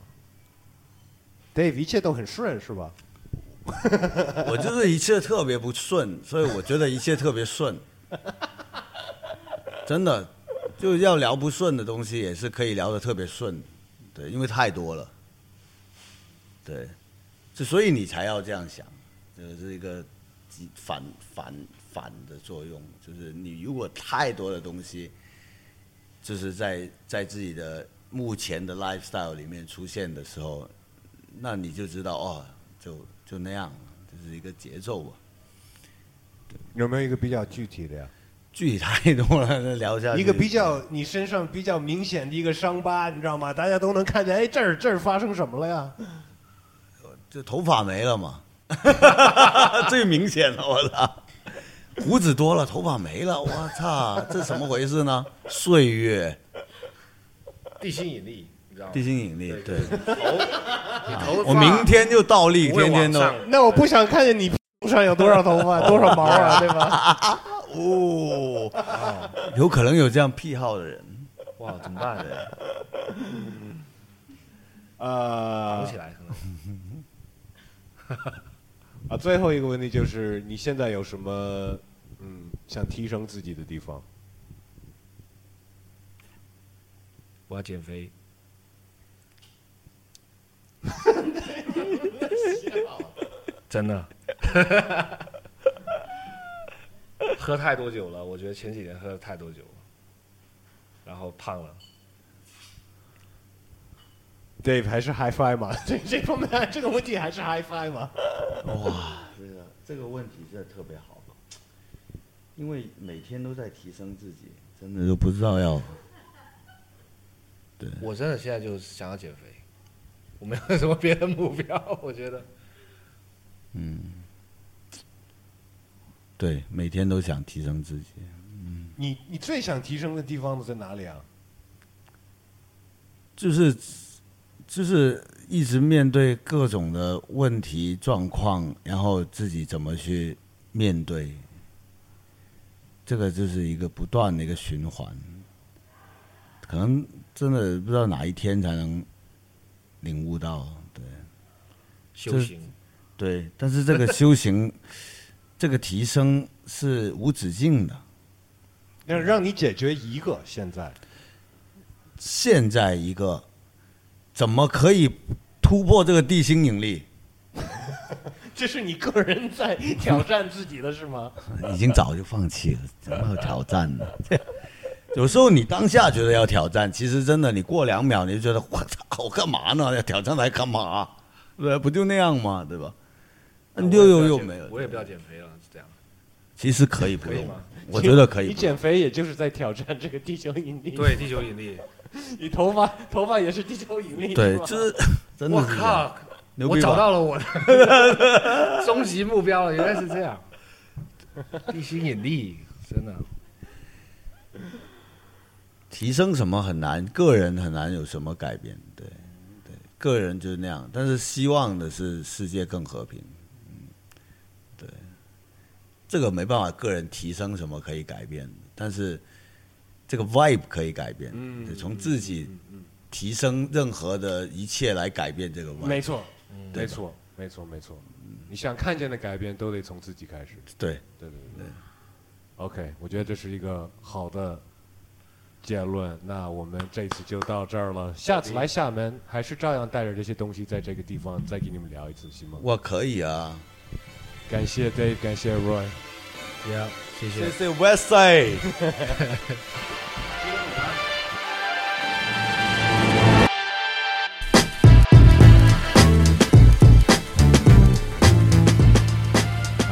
E: Dave，一切都很顺是吧？
B: 我就是一切特别不顺，所以我觉得一切特别顺，真的，就要聊不顺的东西也是可以聊得特别顺，对，因为太多了，对，就所以你才要这样想，就是一个极反反反的作用，就是你如果太多的东西，就是在在自己的目前的 lifestyle 里面出现的时候，那你就知道哦，就就那样了，就是一个节奏啊吧。
E: 有没有一个比较具体的呀？
B: 具体太多了，那聊下去
E: 一个比较你身上比较明显的一个伤疤，你知道吗？大家都能看见，哎，这儿这儿发生什么了呀？
B: 就头发没了 嘛，最明显了，我操！胡子多了，头发没了，我操，这怎么回事呢？岁月、
C: 地心引力，你知道吗？
B: 地心引力，对
C: 对，，头，你头发
B: 我明天就倒立，
C: 不会
B: 天天
C: 往
B: 都
C: 上，
E: 那我不想看见你屁股上有多少头 发、多少毛啊，对吧？
B: 哦，有可能有这样癖好的人，
C: 哇，怎么办？绑
E: 呃
C: 起来可能。
E: 啊，最后一个问题就是你现在有什么嗯想提升自己的地方？
C: 我要减 肥，真的。 喝太多酒了，我觉得前几年喝了太多酒了，然后胖了。
E: 对，还是 HiFi 嘛？这这方面这个问题还是 HiFi 嘛？
B: 哇，这个这个问题真的特别好，因为每天都在提升自己，真的就不知道要。
C: 我真的现在就是想要减肥，我没有什么别的目标， 我觉得。
B: 对，每天都想提升自己。
E: 你你最想提升的地方在哪里啊？
B: 就是就是一直面对各种的问题状况，然后自己怎么去面对，这个就是一个不断的一个循环，可能真的不知道哪一天才能领悟到，对
C: 修行，
B: 对，但是这个修行，这个提升是无止境的。
A: 让让你解决一个现在，
B: 现在一个怎么可以突破这个地心引力，
A: 这是你个人 在挑战自己的是吗？
B: 已经早就放弃了，怎么要挑战呢？有时候你当下觉得要挑战，其实真的你过两秒你就觉得我操，我干嘛呢？要挑战来干嘛？对，不就那样吗？对吧？
C: 啊
B: 那你又
C: 我也不
B: 又
C: 要
B: 又
C: 减
B: 没有，
C: 我也不要减肥了，是这样。
B: 其实可以不
C: 可以
B: 用
C: 吗，
B: 我觉得可以
A: 你
B: 不用。
A: 减肥也就是在挑战这个地球引力。，
C: 对，地球引力。
A: 你头发头发也是地球引力。
B: 对
A: 是，吧
B: 就是真的
C: 我
B: 是这样
C: 靠，
B: 牛
C: 我
B: 逼
C: 找
B: 吧？
C: 到了我的 终极目标了，原来是这样。地心引力真的
B: 提升什么很难，个人很难有什么改变，对对，个人就是那样。但是希望的是世界更和平，嗯，对，这个没办法，个人提升什么可以改变，但是这个 vibe 可以改变，对从自己提升任何的一切来改变这个 vibe，
A: 没错，
B: 对
E: 嗯
A: 没
B: 吧
A: 错，没错，没错。你想看见的改变都得从自己开始。
B: 对，
A: 对对对对。OK，我觉得这是一个好的结论。那我们这次就到这儿了。下次来厦门，还是照样带着这些东西，在这个地方再给你们聊一次，行吗？
B: 我可以啊，
A: 感谢 Dave，感谢 Roy。
C: ，Yeah，谢谢
B: 这。是 West Side。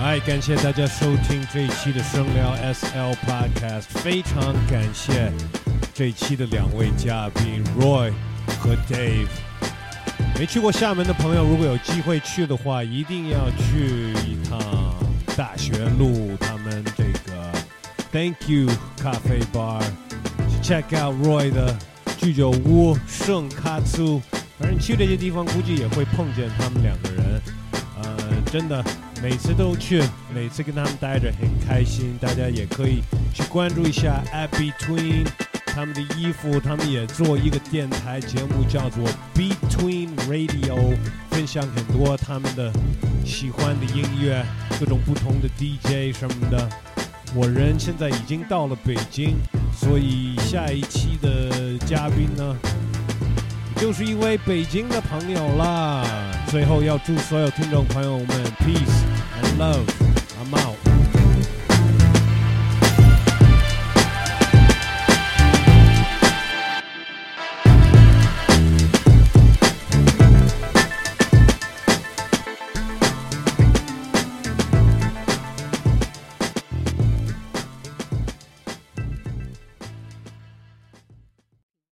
E: 哎，感谢大家收听这一期的声聊 SL Podcast，非常感谢这一期的两位嘉宾 Roy 和 Dave。没去过厦门的朋友，如果有机会去的话，一定要去一趟大学路，他们这个 Thank You 咖啡 bar，去 check out Roy 的居酒屋圣卡苏。反正去这些地方，估计也会碰见他们两个人。呃，真的每次都去，每次跟他们待着很开心。大家也可以去关注一下 At Between 他们的衣服，他们也做一个电台节目，叫做 Between Radio，分享很多他们的喜欢的音乐，各种不同的 DJ 什么的。我人现在已经到了北京，所以下一期的嘉宾呢，就是一位北京的朋友啦。最后要祝所有听众朋友们 peace and love。